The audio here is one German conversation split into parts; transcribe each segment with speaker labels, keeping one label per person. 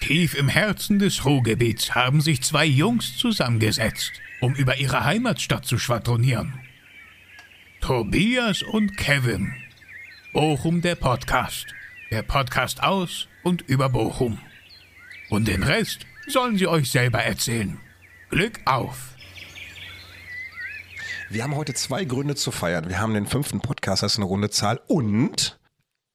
Speaker 1: Tief im Herzen des Ruhrgebiets haben sich zwei Jungs zusammengesetzt, um über ihre Heimatstadt zu schwadronieren. Tobias und Kevin. Bochum der Podcast. Der Podcast aus und über Bochum. Und den Rest sollen sie euch selber erzählen. Glück auf!
Speaker 2: Wir haben heute zwei Gründe zu feiern. Wir haben den fünften Podcast, das ist eine runde Zahl. Und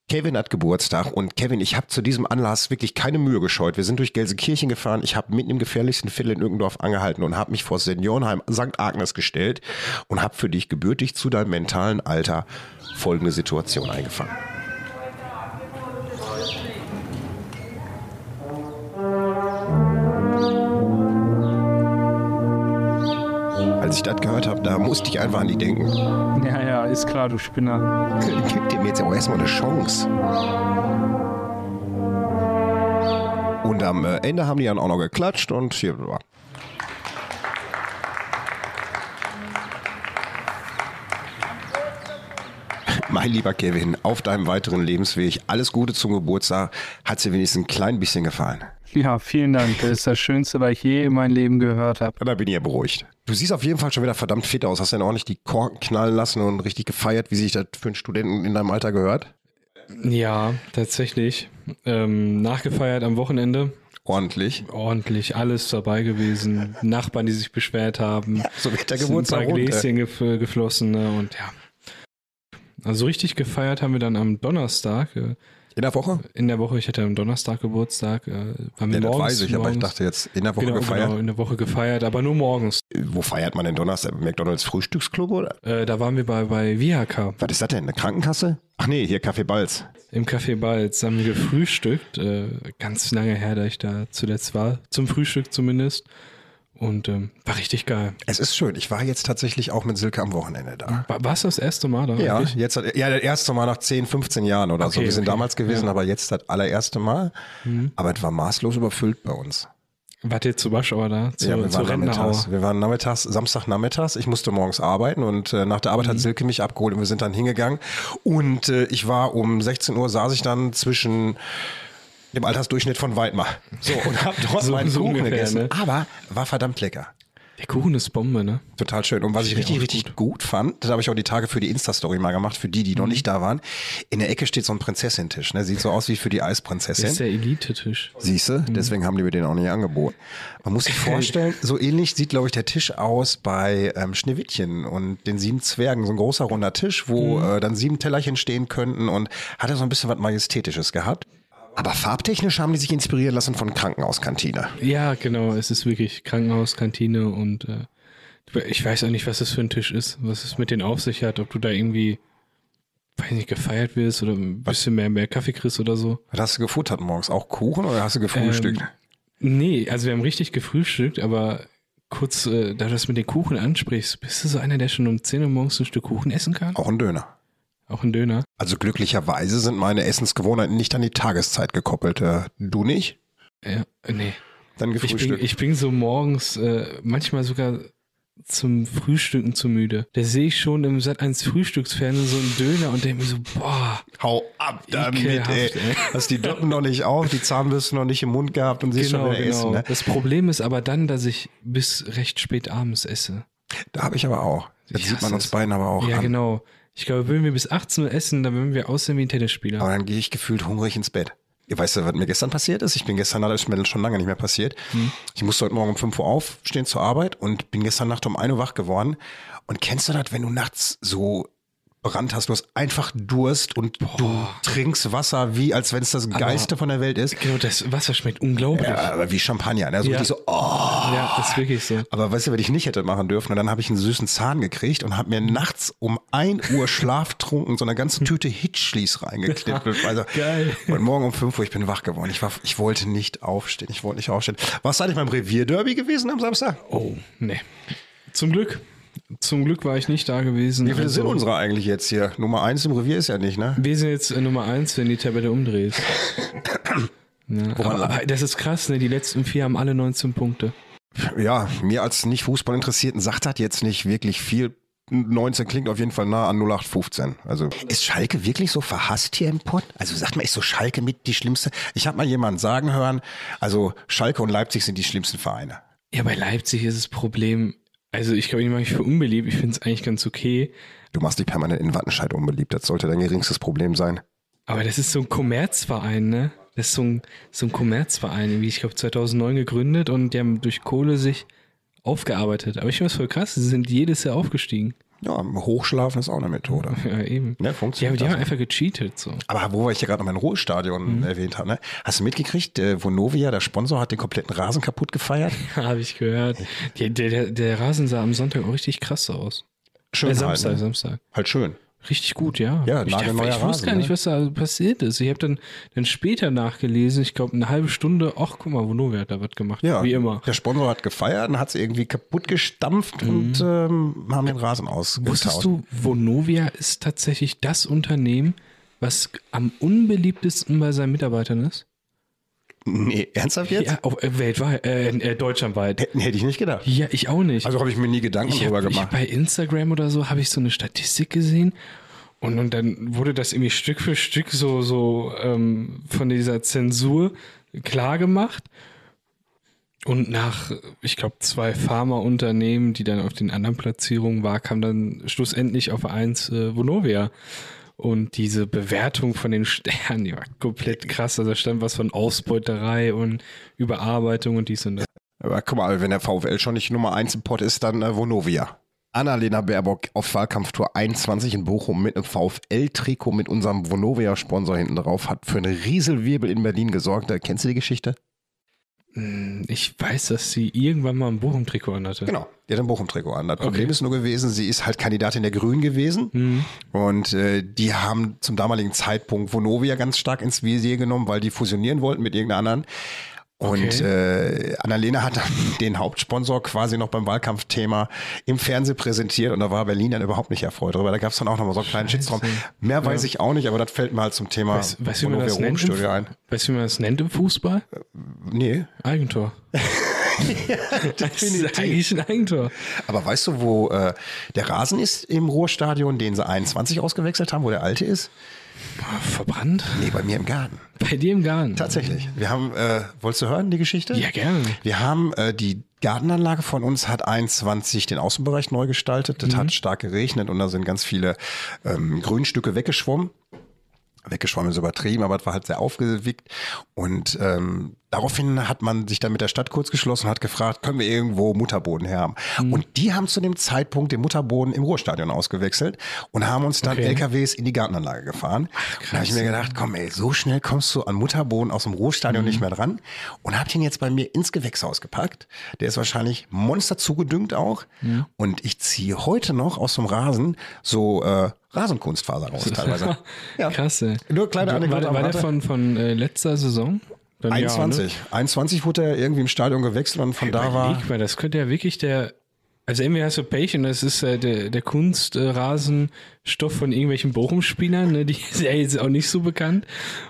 Speaker 2: Kevin hat Geburtstag. Und Kevin, ich habe zu diesem Anlass wirklich keine Mühe gescheut. Wir sind durch Gelsenkirchen gefahren. Ich habe mitten im gefährlichsten Viertel in Irgendorf angehalten und habe mich vor Seniorenheim St. Agnes gestellt und habe für dich gebürtig zu deinem mentalen Alter folgende Situation eingefangen. Als ich das gehört habe, da musste ich einfach an dich denken.
Speaker 3: Ja, ja, ist klar, du Spinner.
Speaker 2: Gib dem jetzt auch erstmal eine Chance. Und am äh, Ende haben die dann auch noch geklatscht und hier. Mein lieber Kevin, auf deinem weiteren Lebensweg alles Gute zum Geburtstag. Hat dir wenigstens ein klein bisschen gefallen.
Speaker 3: Ja, vielen Dank. Das ist das Schönste, was ich je in meinem Leben gehört habe.
Speaker 2: Da bin ich ja beruhigt. Du siehst auf jeden Fall schon wieder verdammt fit aus. Hast du denn auch nicht die Korken knallen lassen und richtig gefeiert, wie sich das für einen Studenten in deinem Alter gehört?
Speaker 4: Ja, tatsächlich. Ähm, nachgefeiert am Wochenende.
Speaker 2: Ordentlich.
Speaker 4: Ordentlich alles dabei gewesen. Nachbarn, die sich beschwert haben.
Speaker 2: So wird der
Speaker 4: Es sind
Speaker 2: Geburtstag
Speaker 4: ein paar
Speaker 2: rund, ey.
Speaker 4: Gläschen gef geflossen ne, und ja. Also so richtig gefeiert haben wir dann am Donnerstag. äh,
Speaker 2: In der Woche?
Speaker 4: In der Woche, ich hatte am Donnerstag Geburtstag. äh, Waren wir
Speaker 2: Ja, das
Speaker 4: morgens,
Speaker 2: weiß ich, aber ich
Speaker 4: morgens-
Speaker 2: dachte jetzt in der Woche
Speaker 4: genau,
Speaker 2: gefeiert.
Speaker 4: Genau, in der Woche gefeiert, aber nur morgens.
Speaker 2: Wo feiert man denn Donnerstag? Im McDonalds Frühstücksclub oder?
Speaker 4: Äh, da waren wir bei, bei VIHK
Speaker 2: Was ist das denn? Eine Krankenkasse? Ach nee, hier Kaffee Balz.
Speaker 4: im Café Balz. Haben wir gefrühstückt. Äh, ganz lange her, da ich da zuletzt war. Zum Frühstück zumindest. Und ähm, war richtig geil.
Speaker 2: Es ist schön. Ich war jetzt tatsächlich auch mit Silke am Wochenende da.
Speaker 4: War, warst du das erste Mal da?
Speaker 2: Ja,
Speaker 4: eigentlich?
Speaker 2: jetzt hat, ja, das erste Mal nach 10, 15 Jahren oder so.
Speaker 4: Okay,
Speaker 2: Wir sind
Speaker 4: okay. Mhm.
Speaker 2: damals gewesen, aber jetzt das allererste Mal. Aber es war maßlos überfüllt bei uns.
Speaker 4: Wart ihr zu Waschauer da? Zu,
Speaker 2: ja, wir
Speaker 4: zu
Speaker 2: waren
Speaker 4: Rentnerauer.
Speaker 2: nachmittags. Wir waren nachmittags, Samstag nachmittags. Ich musste morgens arbeiten und äh, nach der Arbeit
Speaker 4: Mhm.
Speaker 2: hat Silke mich abgeholt und wir sind dann hingegangen. Und äh, ich war um 16 Uhr saß ich dann zwischen dem Altersdurchschnitt von Weidmar. So, und hab dort
Speaker 4: So-
Speaker 2: meinen
Speaker 4: so
Speaker 2: Kuchen
Speaker 4: ungefähr,
Speaker 2: gegessen.
Speaker 4: ne?
Speaker 2: Aber war verdammt lecker.
Speaker 4: Der Kuchen ist Bombe, ne?
Speaker 2: Total schön. Und was ich
Speaker 4: Finde ich
Speaker 2: richtig,
Speaker 4: auch
Speaker 2: richtig gut. fand, das habe ich auch die Tage für die Insta-Story mal gemacht, für die, die
Speaker 4: Mhm.
Speaker 2: noch nicht da waren. In der Ecke steht so ein Prinzessin-Tisch. Ne? Sieht so aus wie für die
Speaker 4: Das ist
Speaker 2: Eisprinzessin.
Speaker 4: der Elite-Tisch.
Speaker 2: Siehst
Speaker 4: Mhm.
Speaker 2: du? Deswegen haben die mir den auch nicht angeboten. Man muss sich vorstellen, so ähnlich sieht, glaube ich, der Tisch aus bei ähm, Schneewittchen und den sieben Zwergen. So ein großer, runder Tisch, wo
Speaker 4: Mhm.
Speaker 2: äh, dann sieben Tellerchen stehen könnten und hatte so ein bisschen was Majestätisches gehabt. Aber farbtechnisch haben die sich inspirieren lassen von Krankenhauskantine.
Speaker 4: Ja, genau. Es ist wirklich Krankenhaus, Kantine und äh, ich weiß auch nicht, was das für ein Tisch ist, was es mit denen auf sich hat, ob du da irgendwie, weiß nicht, gefeiert wirst oder ein bisschen mehr, mehr Kaffee kriegst oder so.
Speaker 2: Was hast du gefuttert morgens? Auch Kuchen oder hast du gefrühstückt?
Speaker 4: Ähm, nee, also wir haben richtig gefrühstückt, aber kurz, äh, da du das mit den Kuchen ansprichst, bist du so einer, der schon um 10 Uhr morgens ein Stück Kuchen essen kann?
Speaker 2: auch ein Döner.
Speaker 4: Auch ein Döner.
Speaker 2: Also glücklicherweise sind meine Essensgewohnheiten nicht an die Tageszeit gekoppelt. Äh, Du nicht?
Speaker 4: Ja, nee.
Speaker 2: Dann
Speaker 4: Ich bin,
Speaker 2: gefrühstückt.
Speaker 4: ich bin so morgens äh, manchmal sogar zum Frühstücken zu müde. Da sehe ich schon im Sat 1 Frühstücksfernsehen so einen Döner und denke mir so, boah,
Speaker 2: Hau ab damit,
Speaker 4: Ekelhaft,
Speaker 2: ey.
Speaker 4: ey.
Speaker 2: Hast die Doppen noch nicht auf, die Zahnbürsten noch nicht im Mund gehabt und siehst schon wieder essen. Ne?
Speaker 4: genau, Das Problem ist aber dann, dass ich bis recht spät abends esse.
Speaker 2: Da habe ich aber auch. Das
Speaker 4: Ich
Speaker 2: sieht man
Speaker 4: hasse
Speaker 2: uns
Speaker 4: es.
Speaker 2: beiden aber auch
Speaker 4: ja,
Speaker 2: an.
Speaker 4: genau. Ich glaube, würden wir bis 18 Uhr essen, dann würden wir aussehen wie ein Tennisspieler.
Speaker 2: Aber dann gehe ich gefühlt hungrig ins Bett. Ihr weißt ja, was mir gestern passiert ist? Ich bin gestern, das ist mir schon lange nicht mehr passiert.
Speaker 4: Hm.
Speaker 2: Ich musste heute Morgen um 5 Uhr aufstehen zur Arbeit und bin gestern Nacht um 1 Uhr wach geworden. Und kennst du das, wenn du nachts so Brand hast, du hast einfach Durst und du trinkst Wasser, wie als wenn es das Geiste von der Welt ist.
Speaker 4: Genau, das Wasser schmeckt unglaublich.
Speaker 2: Ja,
Speaker 4: Ja,
Speaker 2: aber wie Champagner. Ne? So
Speaker 4: Ja.
Speaker 2: richtig so, oh.
Speaker 4: das ist wirklich so.
Speaker 2: Aber weißt du, was ich nicht hätte machen dürfen? Und dann habe ich einen süßen Zahn gekriegt und habe mir nachts um 1 Uhr schlaftrunken so eine ganze Tüte Hitschlies reingeknippt. Also,
Speaker 4: Geil.
Speaker 2: Und morgen um 5 Uhr, ich bin wach geworden. Ich, war, ich wollte nicht aufstehen. Ich wollte nicht aufstehen. Warst du eigentlich beim Revierderby gewesen am Samstag?
Speaker 4: Oh, nee. Zum Glück. Zum Glück war ich nicht da gewesen.
Speaker 2: Wie viele sind
Speaker 4: Also,
Speaker 2: unsere eigentlich jetzt hier? Nummer 1 im Revier ist ja nicht, ne?
Speaker 4: Wir sind jetzt äh, Nummer eins, wenn die Tabelle umdreht. Ja, aber, aber das ist krass, ne? Die letzten vier haben alle 19 Punkte.
Speaker 2: Ja, mir als nicht Fußballinteressierten sagt das jetzt nicht wirklich viel. 19 klingt auf jeden Fall nah an 0815. Also
Speaker 5: Ist Schalke wirklich so verhasst hier im Pott? Also sagt man, ist so Schalke mit die schlimmste?
Speaker 2: ich habe mal jemanden sagen hören, also Schalke und Leipzig sind die schlimmsten Vereine.
Speaker 4: Ja, bei Leipzig ist das Problem, also ich glaube, ich mache mich für unbeliebt, ich finde es eigentlich ganz okay,
Speaker 2: Du machst die permanent in Wattenscheid unbeliebt. Das sollte dein geringstes Problem sein.
Speaker 4: aber das ist so ein Kommerzverein, ne? Das ist so ein, so ein Kommerzverein, irgendwie, ich glaube 2009 gegründet und die haben durch Kohle sich aufgearbeitet. Aber ich finde das voll krass, sie sind jedes Jahr aufgestiegen.
Speaker 2: Ja, hochschlafen ist auch eine Methode.
Speaker 4: Ja, eben.
Speaker 2: Ne,
Speaker 4: Ja, aber
Speaker 2: funktioniert
Speaker 4: die haben
Speaker 2: das.
Speaker 4: einfach gecheatet, so.
Speaker 2: Aber wo wir ich ja gerade noch mein Ruhestadion erwähnt habe, ne? hast du mitgekriegt, äh, Vonovia, der Sponsor, hat den kompletten Rasen kaputt gefeiert?
Speaker 4: Habe ich gehört. Der, der, der, der Rasen sah am Sonntag auch richtig krass aus.
Speaker 2: Schön
Speaker 4: äh,
Speaker 2: halt,
Speaker 4: Samstag,
Speaker 2: ne?
Speaker 4: Samstag.
Speaker 2: halt schön.
Speaker 4: Richtig gut, ja.
Speaker 2: Ja,
Speaker 4: ich,
Speaker 2: nagelneuer
Speaker 4: dachte, ich
Speaker 2: Rasen,
Speaker 4: wusste gar nicht,
Speaker 2: ne?
Speaker 4: was da passiert ist. Ich habe dann, dann später nachgelesen, ich glaube eine halbe Stunde, ach guck mal, Vonovia hat da was gemacht,
Speaker 2: Ja,
Speaker 4: wie immer. Mhm.
Speaker 2: Der Sponsor hat gefeiert und hat es irgendwie kaputt gestampft und ähm, haben den Rasen ausgetauscht.
Speaker 4: Wusstest du, Vonovia ist tatsächlich das Unternehmen, was am unbeliebtesten bei seinen Mitarbeitern ist?
Speaker 2: Nee, ernsthaft jetzt?
Speaker 4: Ja, auch äh, weltweit, äh, äh, deutschlandweit.
Speaker 2: Hätten, hätte ich nicht gedacht.
Speaker 4: Ja, ich auch nicht.
Speaker 2: Also habe ich mir nie Gedanken
Speaker 4: ich
Speaker 2: drüber
Speaker 4: hab, ich,
Speaker 2: gemacht.
Speaker 4: bei Instagram oder so habe ich so eine Statistik gesehen und, und dann wurde das irgendwie Stück für Stück so, so ähm, von dieser Zensur klar gemacht. Und nach, ich glaube, zwei Pharmaunternehmen, die dann auf den anderen Platzierungen war, kam dann schlussendlich auf eins äh, Vonovia. Und diese Bewertung von den Sternen, die war komplett krass. Also da stand was von Ausbeuterei und Überarbeitung und dies und das.
Speaker 2: Aber guck mal, wenn der VfL schon nicht Nummer 1 im Pott ist, dann äh, Vonovia. Annalena Baerbock auf Wahlkampftour 21 in Bochum mit einem VfL-Trikot mit unserem Vonovia-Sponsor hinten drauf hat für einen Rieselwirbel in Berlin gesorgt. Äh, Kennst du die Geschichte?
Speaker 4: Hm, Ich weiß, dass sie irgendwann mal ein Bochum-Trikot anhatte.
Speaker 2: Genau, die hat ein Bochum-Trikot an. Das Problem ist nur gewesen, sie ist halt Kandidatin der Grünen gewesen. Und äh, die haben zum damaligen Zeitpunkt Vonovia ganz stark ins Visier genommen, weil die fusionieren wollten mit irgendeiner anderen. Und äh, Annalena hat dann den Hauptsponsor quasi noch beim Wahlkampfthema im Fernsehen präsentiert und da war Berlin dann überhaupt nicht erfreut drüber. Da gab es dann auch nochmal so einen kleinen Shitstorm. Mehr weiß ich auch nicht, aber das fällt mir halt zum Thema
Speaker 4: Weißt weißt du, wie man das nennt? im
Speaker 2: Vonovia-Ruhmstudio ein.
Speaker 4: Fu- Weißt du, wie man das nennt im Fußball?
Speaker 2: Nee,
Speaker 4: Eigentor. das ist eigentlich ein Eigentor.
Speaker 2: Aber weißt du, wo äh, der Rasen ist im Ruhrstadion, den sie 21 ausgewechselt haben, wo der alte ist?
Speaker 4: Boah, Ah, verbrannt?
Speaker 2: Nee, bei mir im Garten.
Speaker 4: Bei dir im Garten.
Speaker 2: Tatsächlich. Wir haben, äh, wolltest du hören, die Geschichte?
Speaker 4: Ja, gerne.
Speaker 2: Wir haben äh, die Gartenanlage von uns hat 21 den Außenbereich neu gestaltet. Das hat stark geregnet und da sind ganz viele ähm, Grünstücke weggeschwommen. Weggeschwommen ist übertrieben, aber es war halt sehr aufgewickt. Und ähm, daraufhin hat man sich dann mit der Stadt kurz geschlossen und hat gefragt, können wir irgendwo Mutterboden her haben? Und die haben zu dem Zeitpunkt den Mutterboden im Ruhrstadion ausgewechselt und haben uns dann LKWs in die Gartenanlage gefahren. Und da habe ich mir gedacht, komm ey, so schnell kommst du an Mutterboden aus dem Ruhrstadion nicht mehr dran. Und habe den jetzt bei mir ins Gewächshaus gepackt. Der ist wahrscheinlich monster zugedüngt auch. Und ich ziehe heute noch aus dem Rasen so äh, Rasenkunstfaser raus teilweise. Ja.
Speaker 4: Krass, ey.
Speaker 2: Nur kleine
Speaker 4: War,
Speaker 2: Anekdote
Speaker 4: war,
Speaker 2: am
Speaker 4: war der
Speaker 2: Rande.
Speaker 4: von, von äh, letzter Saison? Dann
Speaker 2: 21. 21 wurde er irgendwie im Stadion gewechselt und von da
Speaker 4: ne? Ja, ne?
Speaker 2: war.
Speaker 4: Leg mal, das könnte ja wirklich der. Also entweder hast du Pech und das ist äh, der, der Kunstrasenstoff von irgendwelchen Bochum-Spielern, ne? die ist ja jetzt auch nicht so bekannt.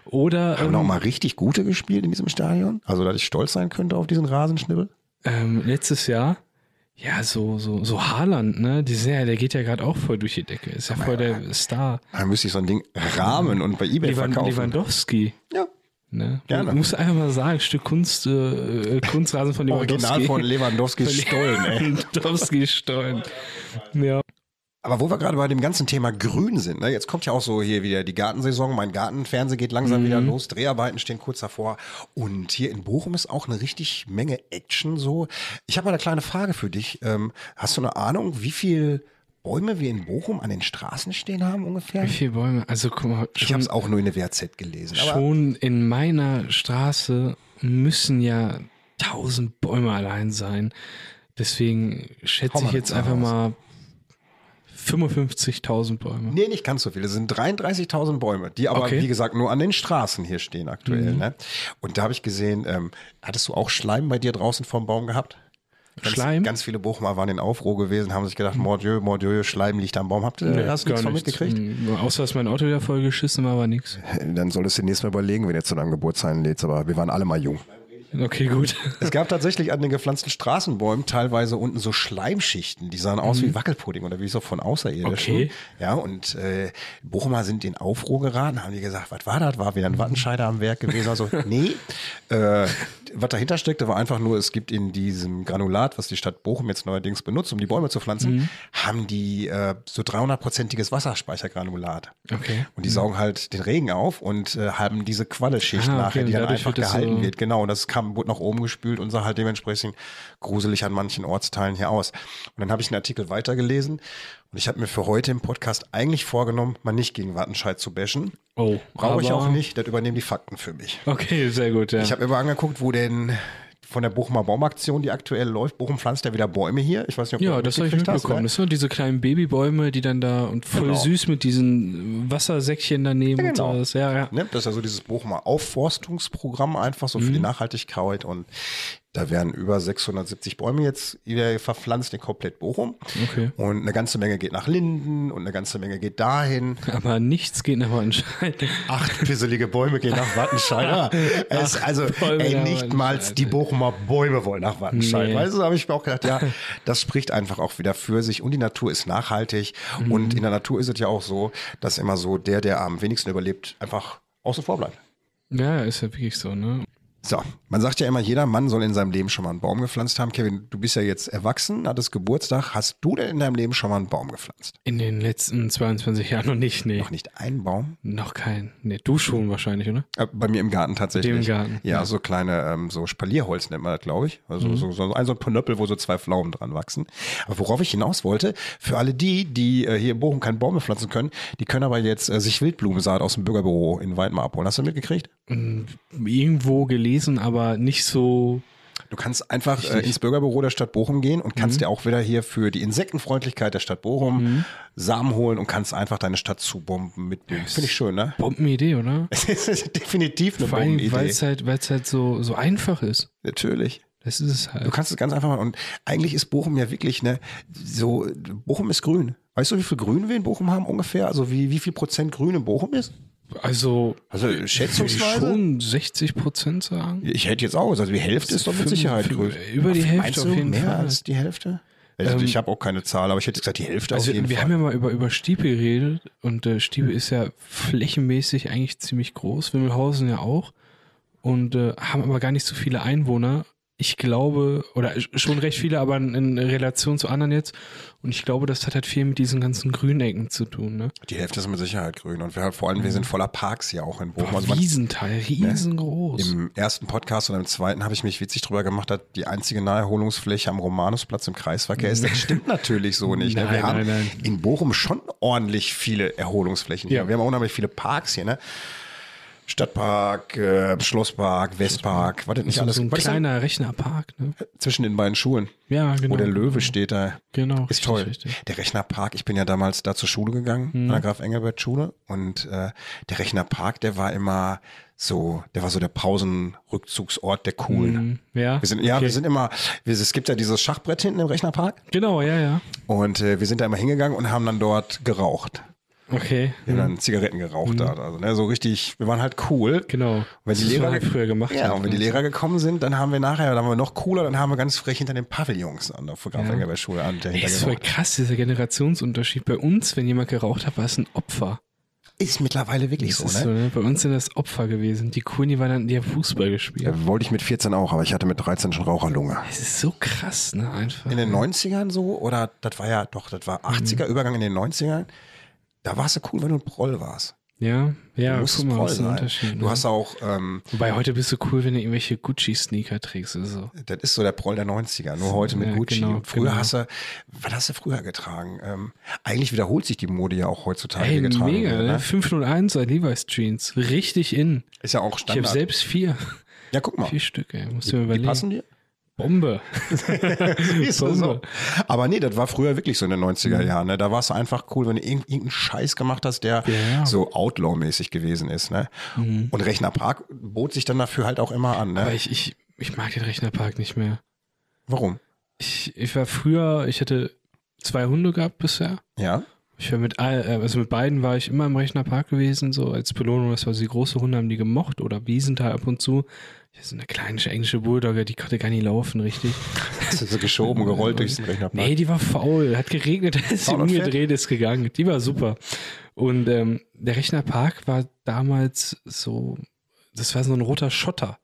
Speaker 4: Oder
Speaker 2: Haben
Speaker 4: ähm,
Speaker 2: nochmal richtig gute gespielt in diesem Stadion. Also, dass ich stolz sein könnte auf diesen Rasenschnibbel.
Speaker 4: ähm, letztes Jahr, ja, so, so, so Haaland, ne? Die sind ja, der geht ja gerade auch voll durch die Decke. Ist ja voll der Star.
Speaker 2: Da müsste ich so ein Ding rahmen und bei eBay
Speaker 4: Lewan-
Speaker 2: verkaufen.
Speaker 4: Lewandowski.
Speaker 2: Ja.
Speaker 4: Ne?
Speaker 2: Gerne.
Speaker 4: Muss einfach mal sagen, ein Stück Kunst, äh, äh, Kunstrasen von Lewandowski.
Speaker 2: Original von Lewandowskis Stollen, ey.
Speaker 4: Lewandowski Stollen. Ja.
Speaker 2: Aber wo wir gerade bei dem ganzen Thema Grün sind, ne, jetzt kommt ja auch so hier wieder die Gartensaison, mein Gartenfernseher geht langsam wieder los, Dreharbeiten stehen kurz davor und hier in Bochum ist auch eine richtig Menge Action so. Ich habe mal eine kleine Frage für dich. Ähm, hast du eine Ahnung, wie viel Bäume wir in Bochum an den Straßen stehen haben ungefähr?
Speaker 4: Wie viele Bäume? Also guck mal,
Speaker 2: Ich habe
Speaker 4: schon,
Speaker 2: es auch nur in der WZ gelesen. Aber
Speaker 4: schon in meiner Straße müssen ja tausend Bäume allein sein. Deswegen schätze
Speaker 2: Hau mal
Speaker 4: ich
Speaker 2: eine
Speaker 4: jetzt
Speaker 2: Zahl
Speaker 4: einfach
Speaker 2: raus.
Speaker 4: mal 55.000 Bäume.
Speaker 2: Nee, nicht ganz so viele. Es sind 33.000 Bäume, die aber,
Speaker 4: Okay. Mhm.
Speaker 2: wie gesagt, nur an den Straßen hier stehen aktuell. Ne? Und da habe ich gesehen, ähm, hattest du auch Schleim bei dir draußen vorm Baum gehabt? Ganz,
Speaker 4: Schleim? Mhm.
Speaker 2: Ganz viele Bochumer waren in Aufruhr gewesen, haben sich gedacht, Mordieu, Mordieu, Schleim liegt am Baum. Habt ihr hast du nichts von mitgekriegt?
Speaker 4: Mm, Außer, dass mein Auto wieder voll geschissen war, war nix.
Speaker 2: Dann solltest du dir nächstes Mal überlegen, wenn du zu deinem Geburtstag lädst. Aber wir waren alle mal jung.
Speaker 4: Okay, gut.
Speaker 2: Es gab tatsächlich an den gepflanzten Straßenbäumen teilweise unten so Schleimschichten, die sahen aus wie Wackelpudding oder wie so von Außerirdischen.
Speaker 4: Mhm. Okay.
Speaker 2: Ja, und äh, Bochumer sind in Aufruhr geraten, haben die gesagt, was war das? War wieder
Speaker 4: Mhm.
Speaker 2: ein Wattenscheider am Werk gewesen? Also, nee. Äh, was dahinter steckte, war einfach nur, es gibt in diesem Granulat, was die Stadt Bochum jetzt neuerdings benutzt, um die Bäume zu pflanzen,
Speaker 4: Mhm.
Speaker 2: haben die äh, so 300-prozentiges Wasserspeichergranulat.
Speaker 4: Okay. Mhm.
Speaker 2: Und die saugen halt den Regen auf und äh, haben diese Quaddelschicht
Speaker 4: Ah, okay,
Speaker 2: nachher, die
Speaker 4: und
Speaker 2: dann
Speaker 4: dadurch
Speaker 2: einfach
Speaker 4: wird das
Speaker 2: gehalten
Speaker 4: so-
Speaker 2: wird. Genau, und das kam, wurde nach oben gespült und sah halt dementsprechend gruselig an manchen Ortsteilen hier aus. Und dann habe ich einen Artikel weitergelesen und ich habe mir für heute im Podcast eigentlich vorgenommen, mal nicht gegen Wattenscheid zu bashen.
Speaker 4: Oh,
Speaker 2: Brauche ich
Speaker 4: aber-
Speaker 2: auch nicht, das übernehmen die Fakten für mich.
Speaker 4: Okay, sehr gut, ja.
Speaker 2: Ich habe mir mal angeguckt, wo denn von der Bochumer Baumaktion, die aktuell läuft, Bochum pflanzt ja wieder Bäume hier. Ich weiß nicht, ob du
Speaker 4: ja, das habe ich
Speaker 2: mitgekriegt hast,
Speaker 4: mitbekommen.
Speaker 2: ne?
Speaker 4: Das sind diese kleinen Babybäume, die dann da und voll süß mit diesen Wassersäckchen daneben
Speaker 2: Ja,
Speaker 4: und
Speaker 2: genau.
Speaker 4: sowas. Ja, ja.
Speaker 2: Ne? Das ist ja so dieses Bochumer Aufforstungsprogramm einfach so für
Speaker 4: Mhm.
Speaker 2: die Nachhaltigkeit und da werden über 670 Bäume jetzt wieder verpflanzt in komplett Bochum.
Speaker 4: Okay.
Speaker 2: Und eine ganze Menge geht nach Linden und eine ganze Menge geht dahin.
Speaker 4: Aber nichts geht nach anscheinend.
Speaker 2: Acht pisselige Bäume gehen nach Wattenscheid. Ja, es, also
Speaker 4: Bäume
Speaker 2: ey,
Speaker 4: nach
Speaker 2: nicht mal
Speaker 4: Wattenscheid.
Speaker 2: die Bochumer Bäume wollen nach Wattenscheid.
Speaker 4: Nee.
Speaker 2: Weißt du, da habe ich mir auch gedacht, ja, das spricht einfach auch wieder für sich. Und die Natur ist nachhaltig. Und
Speaker 4: Mhm.
Speaker 2: in der Natur ist es ja auch so, dass immer so der, der am wenigsten überlebt, einfach außen vor bleibt.
Speaker 4: Ja, ist ja wirklich so, ne?
Speaker 2: So, man sagt ja immer, jeder Mann soll in seinem Leben schon mal einen Baum gepflanzt haben. Kevin, du bist ja jetzt erwachsen, hattest Geburtstag. Hast du denn in deinem Leben schon mal einen Baum gepflanzt?
Speaker 4: In den letzten 22 Jahren noch nicht, nee.
Speaker 2: Noch nicht einen Baum?
Speaker 4: Noch kein. Nee, du schon wahrscheinlich, oder?
Speaker 2: Äh, bei mir im Garten tatsächlich.
Speaker 4: Dem Garten,
Speaker 2: Ja,
Speaker 4: ja. Mhm.
Speaker 2: so kleine, ähm, so Spalierholz nennt man das, glaube ich. Also so, so ein so ein Ponöppel, wo so zwei Pflaumen dran wachsen. Aber worauf ich hinaus wollte, für alle die, die äh, hier in Bochum keine Bäume pflanzen können, die können aber jetzt äh, sich Wildblumensaat aus dem Bürgerbüro in Weidmar abholen. Hast du mitgekriegt?
Speaker 4: Irgendwo gelesen, aber nicht so.
Speaker 2: Du kannst einfach äh, ins Bürgerbüro der Stadt Bochum gehen und
Speaker 4: Mhm.
Speaker 2: kannst dir auch wieder hier für die Insektenfreundlichkeit der Stadt Bochum Samen holen und kannst einfach deine Stadt zubomben mit Blumen. Finde ich schön, ne?
Speaker 4: Bombenidee, oder?
Speaker 2: Es ist definitiv eine
Speaker 4: Vor allem, weil
Speaker 2: Bombenidee.
Speaker 4: es halt, weil's halt so, so einfach ist.
Speaker 2: Natürlich.
Speaker 4: Das ist es halt.
Speaker 2: Du kannst es ganz einfach machen. Und eigentlich ist Bochum ja wirklich, ne, so, Bochum ist grün. Weißt du, wie viel Grün wir in Bochum haben ungefähr? Also wie, wie viel Prozent Grün in Bochum ist?
Speaker 4: also,
Speaker 2: Also
Speaker 4: würde ich
Speaker 2: schätzungsweise?
Speaker 4: schon 60 Prozent sagen.
Speaker 2: Ich hätte jetzt auch gesagt, die Hälfte ist doch mit
Speaker 4: Fünf-
Speaker 2: Sicherheit
Speaker 4: fünf-
Speaker 2: grün.
Speaker 4: über die Hälfte
Speaker 2: Meinst
Speaker 4: auf
Speaker 2: du
Speaker 4: jeden
Speaker 2: mehr
Speaker 4: Fall. Ähm,
Speaker 2: als die Hälfte? Also ich habe auch keine Zahl, aber ich hätte gesagt, die Hälfte
Speaker 4: Also,
Speaker 2: auf
Speaker 4: wir
Speaker 2: jeden Fall. Hm.
Speaker 4: haben ja mal über, über Stiebe geredet und äh, Stiebe ist ja flächenmäßig eigentlich ziemlich groß, Wimmelhausen ja auch und äh, haben aber gar nicht so viele Einwohner. Ich glaube, oder sch- schon recht viele, aber in, in Relation zu anderen jetzt. Und ich glaube, das hat halt viel mit diesen ganzen Grünecken zu tun. Ne?
Speaker 2: Die Hälfte ist mit Sicherheit grün. Und wir, haben- vor allem, wir sind voller Parks hier auch in Bochum.
Speaker 4: Mhm. Boah,
Speaker 2: Also man,
Speaker 4: Wiesenteil, riesengroß.
Speaker 2: Im ersten Podcast und im zweiten habe ich mich witzig drüber gemacht, dass die einzige Naherholungsfläche am Romanusplatz im Kreisverkehr ist. Das stimmt natürlich so nicht. ne? wir
Speaker 4: Nein,
Speaker 2: haben
Speaker 4: nein, nein.
Speaker 2: in Bochum schon ordentlich viele Erholungsflächen. Hier.
Speaker 4: Ja.
Speaker 2: Wir haben auch unheimlich viele Parks hier, ne? Stadtpark, äh, Schlosspark, Westpark, was denn nicht
Speaker 4: so,
Speaker 2: alles.
Speaker 4: so ein
Speaker 2: was ist denn
Speaker 4: kleiner Rechnerpark. Ne?
Speaker 2: zwischen den beiden Schulen,
Speaker 4: Ja, genau.
Speaker 2: wo der Löwe steht da.
Speaker 4: Genau,
Speaker 2: Ist
Speaker 4: richtig,
Speaker 2: toll.
Speaker 4: richtig. Mhm.
Speaker 2: Der Rechnerpark, ich bin ja damals da zur Schule gegangen, an der Graf Engelbert Schule. Und äh, der Rechnerpark, der war immer so, der war so der Pausenrückzugsort der Coolen.
Speaker 4: Mhm. Ja,
Speaker 2: Wir sind, ja, wir sind immer, wir, es gibt ja dieses Schachbrett hinten im Rechnerpark
Speaker 4: genau, ja, ja.
Speaker 2: und äh, wir sind da immer hingegangen und haben dann dort geraucht.
Speaker 4: Okay,
Speaker 2: Wir haben dann Zigaretten geraucht da. Also, ne, so richtig, wir waren halt cool.
Speaker 4: genau.
Speaker 2: Wenn die
Speaker 4: Mhm. Das, was
Speaker 2: Lehrer
Speaker 4: man halt
Speaker 2: ge-
Speaker 4: früher gemacht
Speaker 2: Ja,
Speaker 4: hat,
Speaker 2: und wenn die
Speaker 4: ne?
Speaker 2: Lehrer gekommen sind, dann haben wir nachher, dann waren wir noch cooler, dann haben wir ganz frech hinter den Pavillons an der
Speaker 4: Ja.
Speaker 2: Graf-Engelbert-Schule an, der
Speaker 4: Ey,
Speaker 2: hinter
Speaker 4: ist voll krass, dieser Generationsunterschied. Bei uns, wenn jemand geraucht hat, war es ein Opfer.
Speaker 2: Ist mittlerweile wirklich ne?
Speaker 4: Das ist ne? Bei uns sind das Opfer gewesen. Die Coolen, die waren dann, die haben Fußball gespielt.
Speaker 2: Ja, wollte ich mit 14 auch, aber ich hatte mit 13 schon Raucherlunge.
Speaker 4: Es ist so krass, ne? Einfach.
Speaker 2: In den 90ern so, oder das war ja doch, das war 80er
Speaker 4: Mhm.
Speaker 2: Übergang in den 90ern. Da warst du cool, wenn du ein Proll warst.
Speaker 4: ja, ja,
Speaker 2: du musstest
Speaker 4: guck mal,
Speaker 2: Proll
Speaker 4: was ist der
Speaker 2: sein.
Speaker 4: Unterschied.
Speaker 2: du
Speaker 4: ne?
Speaker 2: hast auch, ähm,
Speaker 4: Wobei heute bist du cool, wenn du irgendwelche Gucci-Sneaker trägst. oder so.
Speaker 2: das ist so der Proll der 90er, nur heute mit
Speaker 4: Ja,
Speaker 2: Gucci.
Speaker 4: genau,
Speaker 2: Und früher
Speaker 4: genau.
Speaker 2: hast du, was hast du früher getragen? Ähm, eigentlich wiederholt sich die Mode ja auch heutzutage
Speaker 4: Ey,
Speaker 2: getragen.
Speaker 4: mega,
Speaker 2: wird,
Speaker 4: ne? 501 er Levi's Jeans. Richtig in.
Speaker 2: Ist ja auch
Speaker 4: Ich habe
Speaker 2: Standard.
Speaker 4: selbst vier.
Speaker 2: ja, guck mal.
Speaker 4: Vier Stück, ey. Musst du mir
Speaker 2: Die
Speaker 4: überlegen.
Speaker 2: passen dir?
Speaker 4: Bombe.
Speaker 2: Ist das so?
Speaker 4: Bombe.
Speaker 2: Aber nee, das war früher wirklich so in den 90er
Speaker 4: Mhm.
Speaker 2: Jahren. Ne? Da war es einfach cool, wenn du irg- irgendeinen Scheiß gemacht hast, der
Speaker 4: Ja. Mhm.
Speaker 2: so Outlaw-mäßig gewesen ist. Ne? Und Rechner Park bot sich dann dafür halt auch immer an.
Speaker 4: Aber
Speaker 2: Ne?
Speaker 4: ich, ich, ich mag den Rechnerpark nicht mehr.
Speaker 2: Warum?
Speaker 4: Ich, ich war früher, ich hatte zwei Hunde gehabt bisher.
Speaker 2: Ja.
Speaker 4: Ich war mit all, äh, also mit beiden war ich immer im Rechner Park gewesen, so als Belohnung, das war so die große Hunde, haben die gemocht oder Wiesenthal ab und zu. Das ist eine kleine englische Bulldogge, die konnte gar nicht laufen, richtig.
Speaker 2: Das ist so geschoben, gerollt durch den Rechner.
Speaker 4: Nee, die war faul. Hat geregnet, da ist sie
Speaker 2: Faul und
Speaker 4: umgedreht, ist gegangen. Die war super. Und ähm, der Rechnerpark war damals so, das war so ein roter Schotter,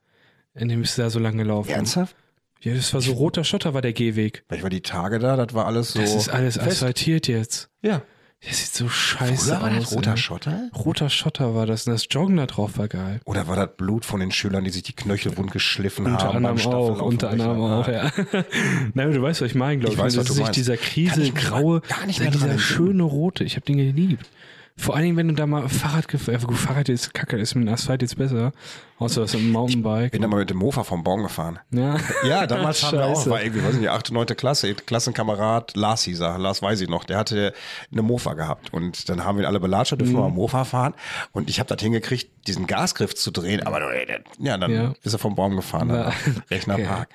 Speaker 4: in dem ist sie da so lang gelaufen.
Speaker 2: Ernsthaft?
Speaker 4: Ja, das war so roter Schotter, war der Gehweg.
Speaker 2: Weil ich war die Tage da, das war alles so.
Speaker 4: das ist alles
Speaker 2: fest.
Speaker 4: asphaltiert jetzt.
Speaker 2: Ja.
Speaker 4: Das sieht so scheiße
Speaker 2: Oder war
Speaker 4: aus.
Speaker 2: das roter
Speaker 4: ey.
Speaker 2: Schotter?
Speaker 4: roter Schotter war das und das Joggen da drauf war geil.
Speaker 2: Oder war das Blut von den Schülern, die sich die Knöchel wund geschliffen
Speaker 4: Unter
Speaker 2: haben? Ah, beim
Speaker 4: anderem auch,
Speaker 2: Staffellaufen
Speaker 4: unter
Speaker 2: am Rechner?
Speaker 4: anderem auch, ja. Nein, aber du weißt, was ich meine, glaube
Speaker 2: Ich
Speaker 4: ich.
Speaker 2: weiß,
Speaker 4: das
Speaker 2: was
Speaker 4: ist
Speaker 2: du
Speaker 4: nicht
Speaker 2: meinst.
Speaker 4: dieser kriselgraue,
Speaker 2: gar nicht mehr dran
Speaker 4: dieser
Speaker 2: denken.
Speaker 4: schöne rote. Ich habe den geliebt. Vor allen Dingen, wenn du da mal Fahrrad gefahren äh, gut, Fahrrad ist kacke, ist mit dem Asphalt jetzt besser. Außer das mit dem Mountainbike. ne?
Speaker 2: Bin da mal mit dem Mofa vom Baum gefahren.
Speaker 4: Ja.
Speaker 2: Ja, damals haben wir auch,
Speaker 4: Scheiße.
Speaker 2: war irgendwie, weiß nicht, 8., 9. Klasse, Klassenkamerad Lars hieß er, Lars weiß ich noch, der hatte eine Mofa gehabt und dann haben wir ihn alle belatscht, dürfen wir
Speaker 4: Mhm.
Speaker 2: mal Mofa fahren und ich habe das hingekriegt, diesen Gasgriff zu drehen, aber äh, ja, dann
Speaker 4: Ja.
Speaker 2: ist er vom Baum gefahren,
Speaker 4: Ja.
Speaker 2: ja. Rechnerpark.